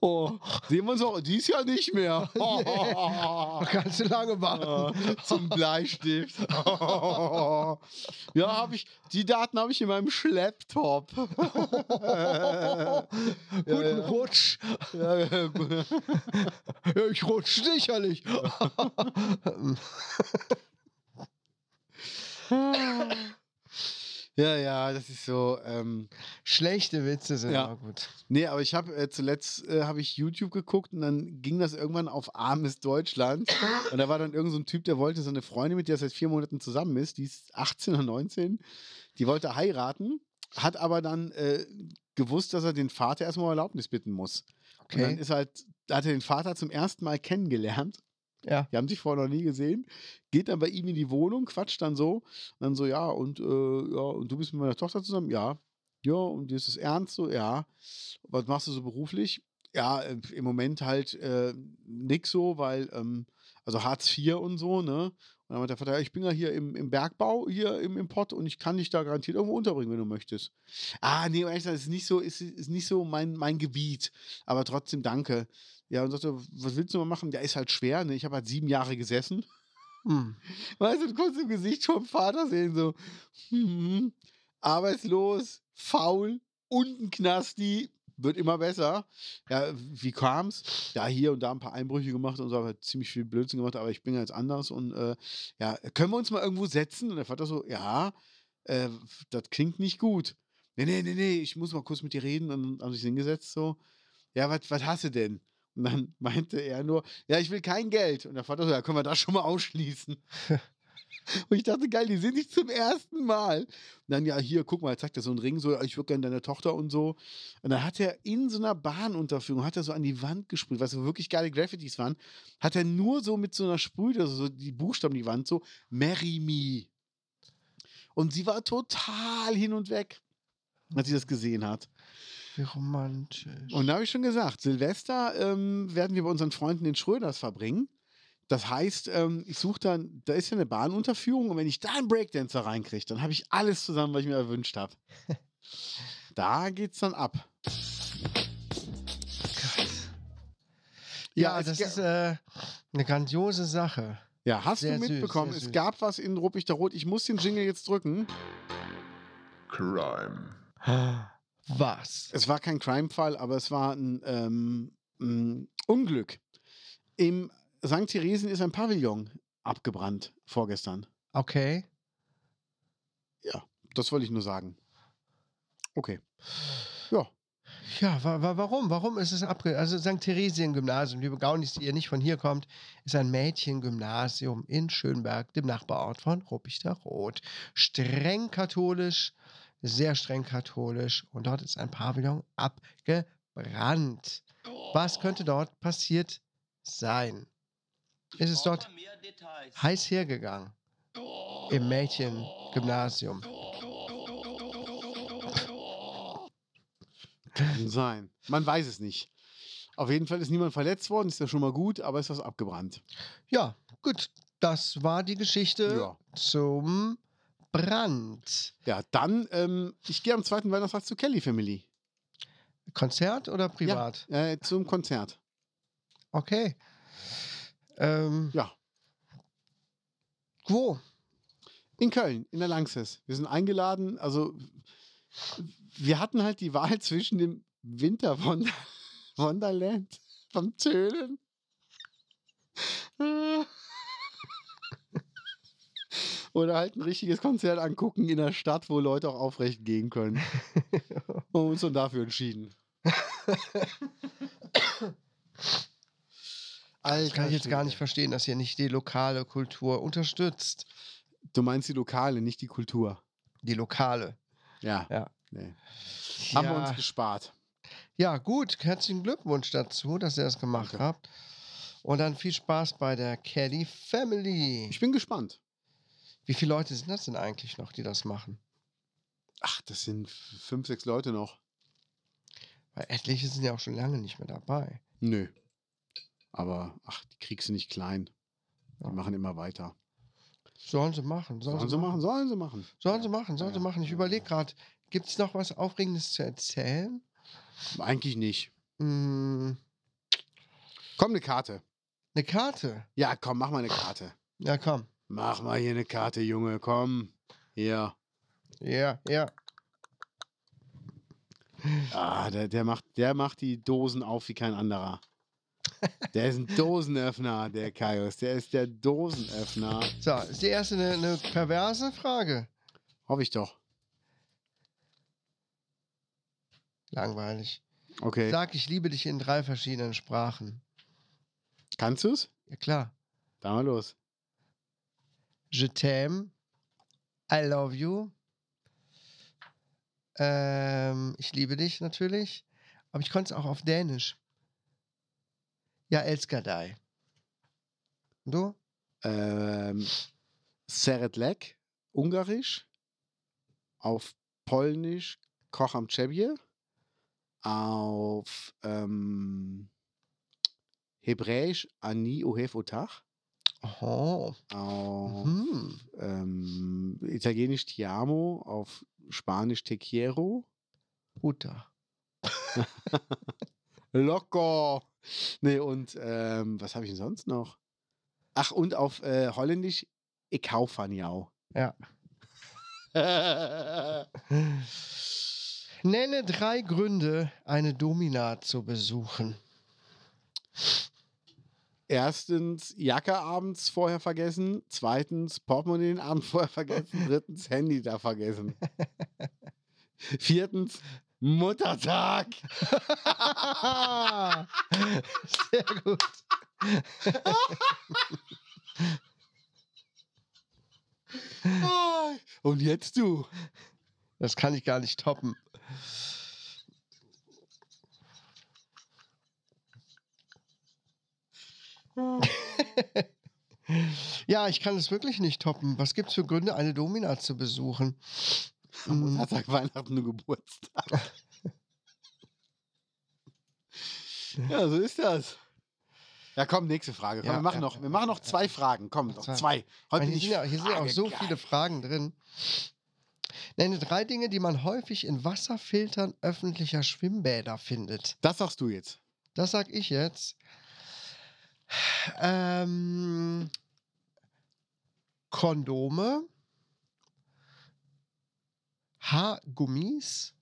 [SPEAKER 2] Oh, sehen wir uns auch dies Jahr nicht mehr. Ah.
[SPEAKER 1] Kannst du lange warten.
[SPEAKER 2] Zum Bleistift. ja, habe ich. Die Daten habe ich in meinem Schlepptop.
[SPEAKER 1] Guten
[SPEAKER 2] ja.
[SPEAKER 1] Rutsch. Ja, ich rutsch sicherlich.
[SPEAKER 2] ja, ja, das ist so. Ähm,
[SPEAKER 1] Schlechte Witze sind
[SPEAKER 2] Ja.
[SPEAKER 1] auch gut.
[SPEAKER 2] nee, aber ich habe äh, zuletzt äh, habe ich YouTube geguckt und dann ging das irgendwann auf armes Deutschland. Und da war dann irgend so ein Typ, der wollte seine Freundin, mit der er seit vier Monaten zusammen ist, die ist 18 oder 19, die wollte heiraten, hat aber dann äh, gewusst, dass er den Vater erstmal um Erlaubnis bitten muss. Und dann
[SPEAKER 1] Okay.
[SPEAKER 2] ist halt, da hat er den Vater zum ersten Mal kennengelernt.
[SPEAKER 1] Ja.
[SPEAKER 2] Die haben sich vorher noch nie gesehen. Geht dann bei ihm in die Wohnung, quatscht dann so. Und dann so, ja, und, äh, ja, und du bist mit meiner Tochter zusammen? Ja. Ja, und dir ist es ernst? So, ja. Was machst du so beruflich? Ja, äh, im Moment halt äh, nix so, weil, ähm, also Hartz IV und so, ne? Und dann hat der Vater, ja, ich bin ja hier im, im Bergbau, hier im Import und ich kann dich da garantiert irgendwo unterbringen, wenn du möchtest. Ah, nee, um ehrlich gesagt, ist nicht so, ist, ist nicht so mein, mein Gebiet. Aber trotzdem danke. Ja, und sagte, was willst du mal machen? Der ist halt schwer, ne? Ich habe halt sieben Jahre gesessen.
[SPEAKER 1] Hm.
[SPEAKER 2] Weißt du, du konntest im Gesicht vom Vater sehen, so, hm, arbeitslos, faul, unten Knasti, wird immer besser. Ja, wie kam's? Ja, hier und da ein paar Einbrüche gemacht und so, aber ziemlich viel Blödsinn gemacht, aber ich bin jetzt anders und äh, ja, können wir uns mal irgendwo setzen? Und der Vater so, ja, äh, das klingt nicht gut. Nee, nee, nee, nee, ich muss mal kurz mit dir reden und haben sich hingesetzt so. Ja, was hast du denn? Und dann meinte er nur, ja, ich will kein Geld. Und der Vater so, ja, können wir das schon mal ausschließen. Und ich dachte, geil, die sind nicht zum ersten Mal. Und dann, ja, hier, guck mal, zeigt er so einen Ring, so, ja, ich würde gerne deine Tochter und so. Und dann hat er in so einer Bahnunterführung, hat er so an die Wand gesprüht, was so wirklich geile Graffitis waren, hat er nur so mit so einer Sprüh, also so die Buchstaben, die Wand, so, marry me. Und sie war total hin und weg, als sie das gesehen hat.
[SPEAKER 1] Wie romantisch.
[SPEAKER 2] Und da habe ich schon gesagt, Silvester ähm, werden wir bei unseren Freunden in Schröders verbringen. Das heißt, ähm, ich suche dann, da ist ja eine Bahnunterführung und wenn ich da einen Breakdancer reinkriege, dann habe ich alles zusammen, was ich mir erwünscht habe. da geht's dann ab.
[SPEAKER 1] Ja,
[SPEAKER 2] es
[SPEAKER 1] das
[SPEAKER 2] ge-
[SPEAKER 1] ist äh, eine grandiose Sache.
[SPEAKER 2] ja, hast
[SPEAKER 1] sehr
[SPEAKER 2] du
[SPEAKER 1] süß,
[SPEAKER 2] mitbekommen,
[SPEAKER 1] sehr
[SPEAKER 2] es
[SPEAKER 1] süß.
[SPEAKER 2] gab was in Ruppichter Rot. Ich muss den Jingle jetzt drücken.
[SPEAKER 1] Was?
[SPEAKER 2] Es war kein Crime-Fall, aber es war ein, ähm, ein Unglück. Im St. Theresen ist ein Pavillon abgebrannt vorgestern.
[SPEAKER 1] Okay.
[SPEAKER 2] Das wollte ich nur sagen. Okay. Ja.
[SPEAKER 1] Ja, wa wa warum? Warum ist es abge... Also St. Theresien-Gymnasium, liebe Gaunis, die ihr nicht von hier kommt, ist ein Mädchengymnasium in Schönberg, dem Nachbarort von Ruppichter Rot. Streng katholisch, sehr streng katholisch. Und dort ist ein Pavillon abgebrannt. Was könnte dort passiert sein? Ist es dort
[SPEAKER 4] Mehr Details.
[SPEAKER 1] heiß hergegangen. Im Mädchengymnasium.
[SPEAKER 2] Kann sein. Man weiß es nicht. Auf jeden Fall ist niemand verletzt worden, ist ja schon mal gut, aber ist was abgebrannt.
[SPEAKER 1] Ja, gut. Das war die Geschichte
[SPEAKER 2] Ja.
[SPEAKER 1] zum Brand.
[SPEAKER 2] Ja, dann, ähm, ich gehe am zweiten Weihnachtstag zu Kelly Family.
[SPEAKER 1] Konzert oder privat?
[SPEAKER 2] Äh, zum Konzert.
[SPEAKER 1] Okay. Ähm,
[SPEAKER 2] Ja.
[SPEAKER 1] Wo?
[SPEAKER 2] In Köln, in der Lanxess. Wir sind eingeladen. Also, wir hatten halt die Wahl zwischen dem Winter Wonder Wonderland vom Tönen. Oder halt ein richtiges Konzert angucken in der Stadt, wo Leute auch aufrecht gehen können. Wir haben uns dann dafür entschieden. Alter,
[SPEAKER 1] Das kann ich jetzt gar nicht
[SPEAKER 2] Schwede.
[SPEAKER 1] verstehen, dass ihr nicht die lokale Kultur unterstützt.
[SPEAKER 2] Du meinst die Lokale, nicht die Kultur.
[SPEAKER 1] Die lokale.
[SPEAKER 2] Ja.
[SPEAKER 1] Ja.
[SPEAKER 2] Nee. Haben wir
[SPEAKER 1] ja.
[SPEAKER 2] uns gespart.
[SPEAKER 1] ja, gut. Herzlichen Glückwunsch dazu, dass ihr das gemacht
[SPEAKER 2] Danke.
[SPEAKER 1] habt. Und dann viel Spaß bei der Caddy Family.
[SPEAKER 2] Ich bin gespannt.
[SPEAKER 1] Wie viele Leute sind das denn eigentlich noch, die das machen?
[SPEAKER 2] Ach, das sind f- fünf, sechs Leute noch.
[SPEAKER 1] Weil etliche sind ja auch schon lange nicht mehr dabei.
[SPEAKER 2] Nö. Aber, ach, die kriegst du nicht klein. Die
[SPEAKER 1] Ja.
[SPEAKER 2] machen immer weiter.
[SPEAKER 1] Sollen sie machen. Sollen,
[SPEAKER 2] Sollen sie machen, sollen sie machen.
[SPEAKER 1] Sollen sie machen, sollen sie
[SPEAKER 2] Ja.
[SPEAKER 1] machen. Ich überlege gerade, gibt es noch was Aufregendes zu erzählen?
[SPEAKER 2] Eigentlich nicht.
[SPEAKER 1] Hm,
[SPEAKER 2] Komm, eine Karte.
[SPEAKER 1] eine Karte.
[SPEAKER 2] Ja, komm, mach mal eine Karte.
[SPEAKER 1] Ja, komm.
[SPEAKER 2] Mach mal hier eine Karte, Junge, komm. Ja.
[SPEAKER 1] Ja, ja.
[SPEAKER 2] Ah, der, der, macht, der macht die Dosen auf wie kein anderer. Der ist ein Dosenöffner, der Kaius. Der ist der Dosenöffner.
[SPEAKER 1] So, ist die erste eine, eine perverse Frage.
[SPEAKER 2] Hoffe ich doch.
[SPEAKER 1] Langweilig.
[SPEAKER 2] Okay.
[SPEAKER 1] Sag, ich liebe dich in drei verschiedenen Sprachen.
[SPEAKER 2] Kannst du's?
[SPEAKER 1] Ja, klar.
[SPEAKER 2] Dann mal los.
[SPEAKER 1] Je t'aime. I love you. Ähm, ich liebe dich natürlich. Aber ich konnte es auch auf Dänisch. Ja, elsker dig. Und Du?
[SPEAKER 2] Ähm, Seretlek, Ungarisch. Auf Polnisch Koch am Czebie. Auf ähm, Hebräisch Ani Ohev Otach.
[SPEAKER 1] Oh.
[SPEAKER 2] Auf
[SPEAKER 1] Mhm.
[SPEAKER 2] ähm, Italienisch Ti amo. Auf Spanisch Te quiero.
[SPEAKER 1] Guter.
[SPEAKER 2] Locker. Nee, und ähm, was habe ich denn sonst noch? Ach, und auf äh, Holländisch Ekaufanjau.
[SPEAKER 1] Ja. Nenne drei Gründe, eine Domina zu besuchen.
[SPEAKER 2] Erstens, Jacke abends vorher vergessen. Zweitens, Portemonnaie den Abend vorher vergessen. Drittens, Handy da vergessen. Viertens, Muttertag.
[SPEAKER 1] Sehr gut.
[SPEAKER 2] Ah, Und jetzt du.
[SPEAKER 1] Das kann ich gar nicht toppen. ja, ich kann es wirklich nicht toppen. Was gibt es für Gründe, eine Domina zu besuchen?
[SPEAKER 2] Am
[SPEAKER 1] Mhm.
[SPEAKER 2] Muttertag, Weihnachten und Geburtstag. ja, so ist das. Ja, komm, nächste Frage. Komm,
[SPEAKER 1] Ja,
[SPEAKER 2] wir, machen
[SPEAKER 1] ja,
[SPEAKER 2] noch,
[SPEAKER 1] ja,
[SPEAKER 2] wir machen noch
[SPEAKER 1] ja,
[SPEAKER 2] zwei
[SPEAKER 1] ja.
[SPEAKER 2] Fragen. Komm,
[SPEAKER 1] Noch
[SPEAKER 2] noch
[SPEAKER 1] zwei.
[SPEAKER 2] zwei.
[SPEAKER 1] Ich
[SPEAKER 2] Heute
[SPEAKER 1] meine,
[SPEAKER 2] bin
[SPEAKER 1] hier,
[SPEAKER 2] ich
[SPEAKER 1] sind ja, hier sind ja auch so
[SPEAKER 2] fragegeil.
[SPEAKER 1] viele Fragen drin. Nenne drei Dinge, die man häufig in Wasserfiltern öffentlicher Schwimmbäder findet.
[SPEAKER 2] Das sagst du jetzt.
[SPEAKER 1] Das sag ich jetzt. Ähm, Kondome, Haargummis,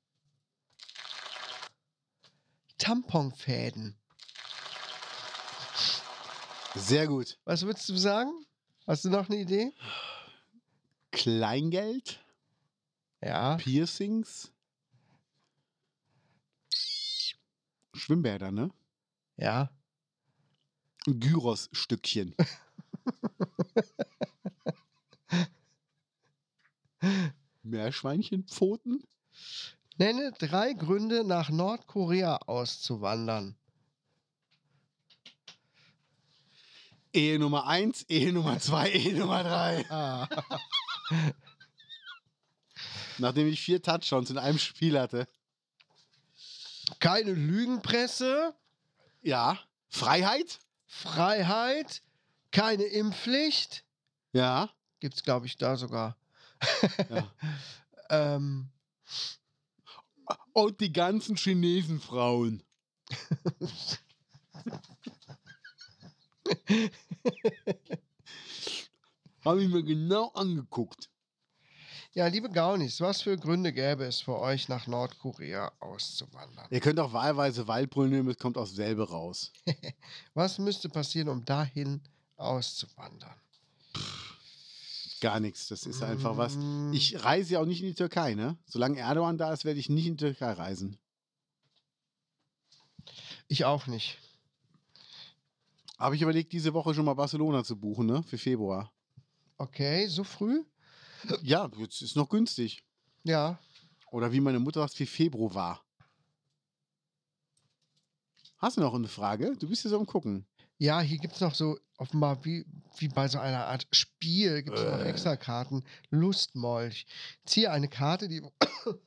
[SPEAKER 1] Tamponfäden.
[SPEAKER 2] Sehr gut.
[SPEAKER 1] Was würdest du sagen? Hast du noch eine Idee?
[SPEAKER 2] Kleingeld,
[SPEAKER 1] Ja.
[SPEAKER 2] Piercings, Schwimmbäder, ne?
[SPEAKER 1] Ja.
[SPEAKER 2] Gyros-Stückchen. Meerschweinchenpfoten?
[SPEAKER 1] Nenne drei Gründe, nach Nordkorea auszuwandern.
[SPEAKER 2] Ehe Nummer 1, Ehe Nummer 2, Ehe Nummer 3.
[SPEAKER 1] Ah.
[SPEAKER 2] Nachdem ich vier Touchdowns in einem Spiel hatte.
[SPEAKER 1] Keine Lügenpresse,
[SPEAKER 2] Ja. Freiheit?
[SPEAKER 1] Freiheit, keine Impfpflicht.
[SPEAKER 2] Ja.
[SPEAKER 1] Gibt es, glaube ich, da sogar.
[SPEAKER 2] ja.
[SPEAKER 1] Ähm,
[SPEAKER 2] Und die ganzen Chinesenfrauen. Habe ich mir genau angeguckt.
[SPEAKER 1] Ja, liebe Gaunis, was für Gründe gäbe es für euch, nach Nordkorea auszuwandern?
[SPEAKER 2] Ihr könnt auch wahlweise Waldbrüll nehmen, es kommt auch selbe raus.
[SPEAKER 1] Was müsste passieren, um dahin auszuwandern?
[SPEAKER 2] Gar nichts. Das ist einfach was.
[SPEAKER 1] Mm,
[SPEAKER 2] Ich reise ja auch nicht in die Türkei, ne? Solange Erdogan da ist, werde ich nicht in die Türkei reisen.
[SPEAKER 1] Ich auch nicht.
[SPEAKER 2] Habe ich überlegt, diese Woche schon mal Barcelona zu buchen, ne? Für Februar.
[SPEAKER 1] Okay, so früh?
[SPEAKER 2] Ja, jetzt ist noch günstig.
[SPEAKER 1] Ja.
[SPEAKER 2] Oder wie meine Mutter sagt, für Februar war. Hast du noch eine Frage? Du bist ja so am Gucken.
[SPEAKER 1] Ja, hier gibt es noch so, offenbar wie, wie bei so einer Art Spiel, gibt es noch extra Karten. Lustmolch. Ziehe eine Karte, die.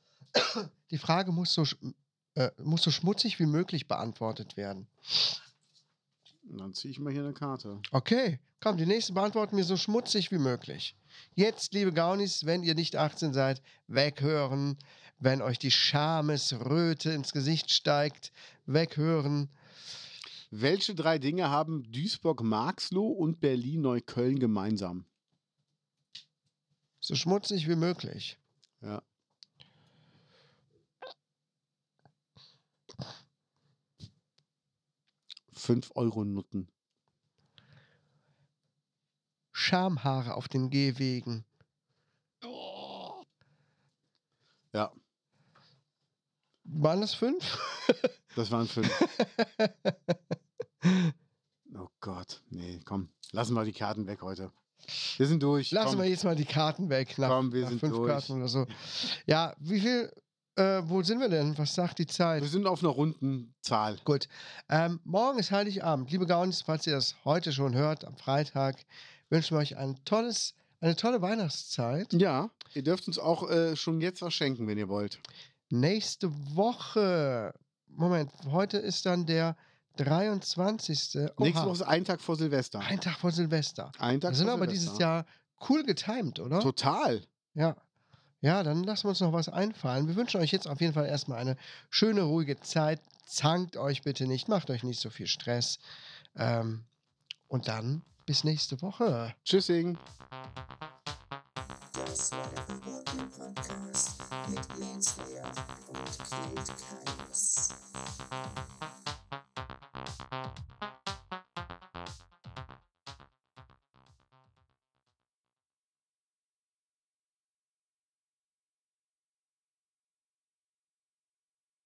[SPEAKER 1] Die Frage muss so, sch- äh, muss so schmutzig wie möglich beantwortet werden.
[SPEAKER 2] Dann ziehe ich mal hier eine Karte.
[SPEAKER 1] Okay, komm, die nächste beantworten wir so schmutzig wie möglich. Jetzt, liebe Gaunis, wenn ihr nicht 18 seid, weghören. Wenn euch die Schamesröte ins Gesicht steigt, weghören.
[SPEAKER 2] Welche drei Dinge haben Duisburg-Marxloh und Berlin-Neukölln gemeinsam?
[SPEAKER 1] So schmutzig wie möglich.
[SPEAKER 2] Ja. Fünf Euro Nutten.
[SPEAKER 1] Schamhaare auf den Gehwegen.
[SPEAKER 2] Ja,
[SPEAKER 1] Waren das fünf?
[SPEAKER 2] das waren fünf. oh Gott, nee, komm. Lassen wir die Karten weg heute. Wir sind durch.
[SPEAKER 1] Lassen
[SPEAKER 2] komm.
[SPEAKER 1] wir jetzt mal die Karten weg. Nach,
[SPEAKER 2] Komm, wir
[SPEAKER 1] nach
[SPEAKER 2] sind
[SPEAKER 1] fünf
[SPEAKER 2] durch.
[SPEAKER 1] Karten oder so. Ja, wie viel? Äh, wo sind wir denn? Was sagt die Zeit?
[SPEAKER 2] wir sind auf einer runden Zahl.
[SPEAKER 1] Gut. Ähm, morgen ist Heiligabend. Liebe Gaunis, falls ihr das heute schon hört, am Freitag, wünschen wir euch ein tolles, eine tolle Weihnachtszeit.
[SPEAKER 2] Ja, ihr dürft uns auch äh, schon jetzt was schenken, wenn ihr wollt.
[SPEAKER 1] Nächste Woche. Moment, heute ist dann der 23. Oha,
[SPEAKER 2] Nächste Woche ist ein Tag vor Silvester.
[SPEAKER 1] ein Tag vor Silvester.
[SPEAKER 2] Ein Tag
[SPEAKER 1] Wir sind
[SPEAKER 2] vor
[SPEAKER 1] aber
[SPEAKER 2] Silvester.
[SPEAKER 1] dieses Jahr ne? cool getimed, oder?
[SPEAKER 2] Total.
[SPEAKER 1] Ja. Ja, dann lassen wir uns noch was einfallen. Wir wünschen euch jetzt auf jeden Fall erstmal eine schöne, ruhige Zeit. Zankt euch bitte nicht, macht euch nicht so viel Stress. Ähm, und dann bis nächste Woche.
[SPEAKER 2] Tschüssing.
[SPEAKER 6] Das war der Boardgame Podcast mit Lenswehr und killt keines.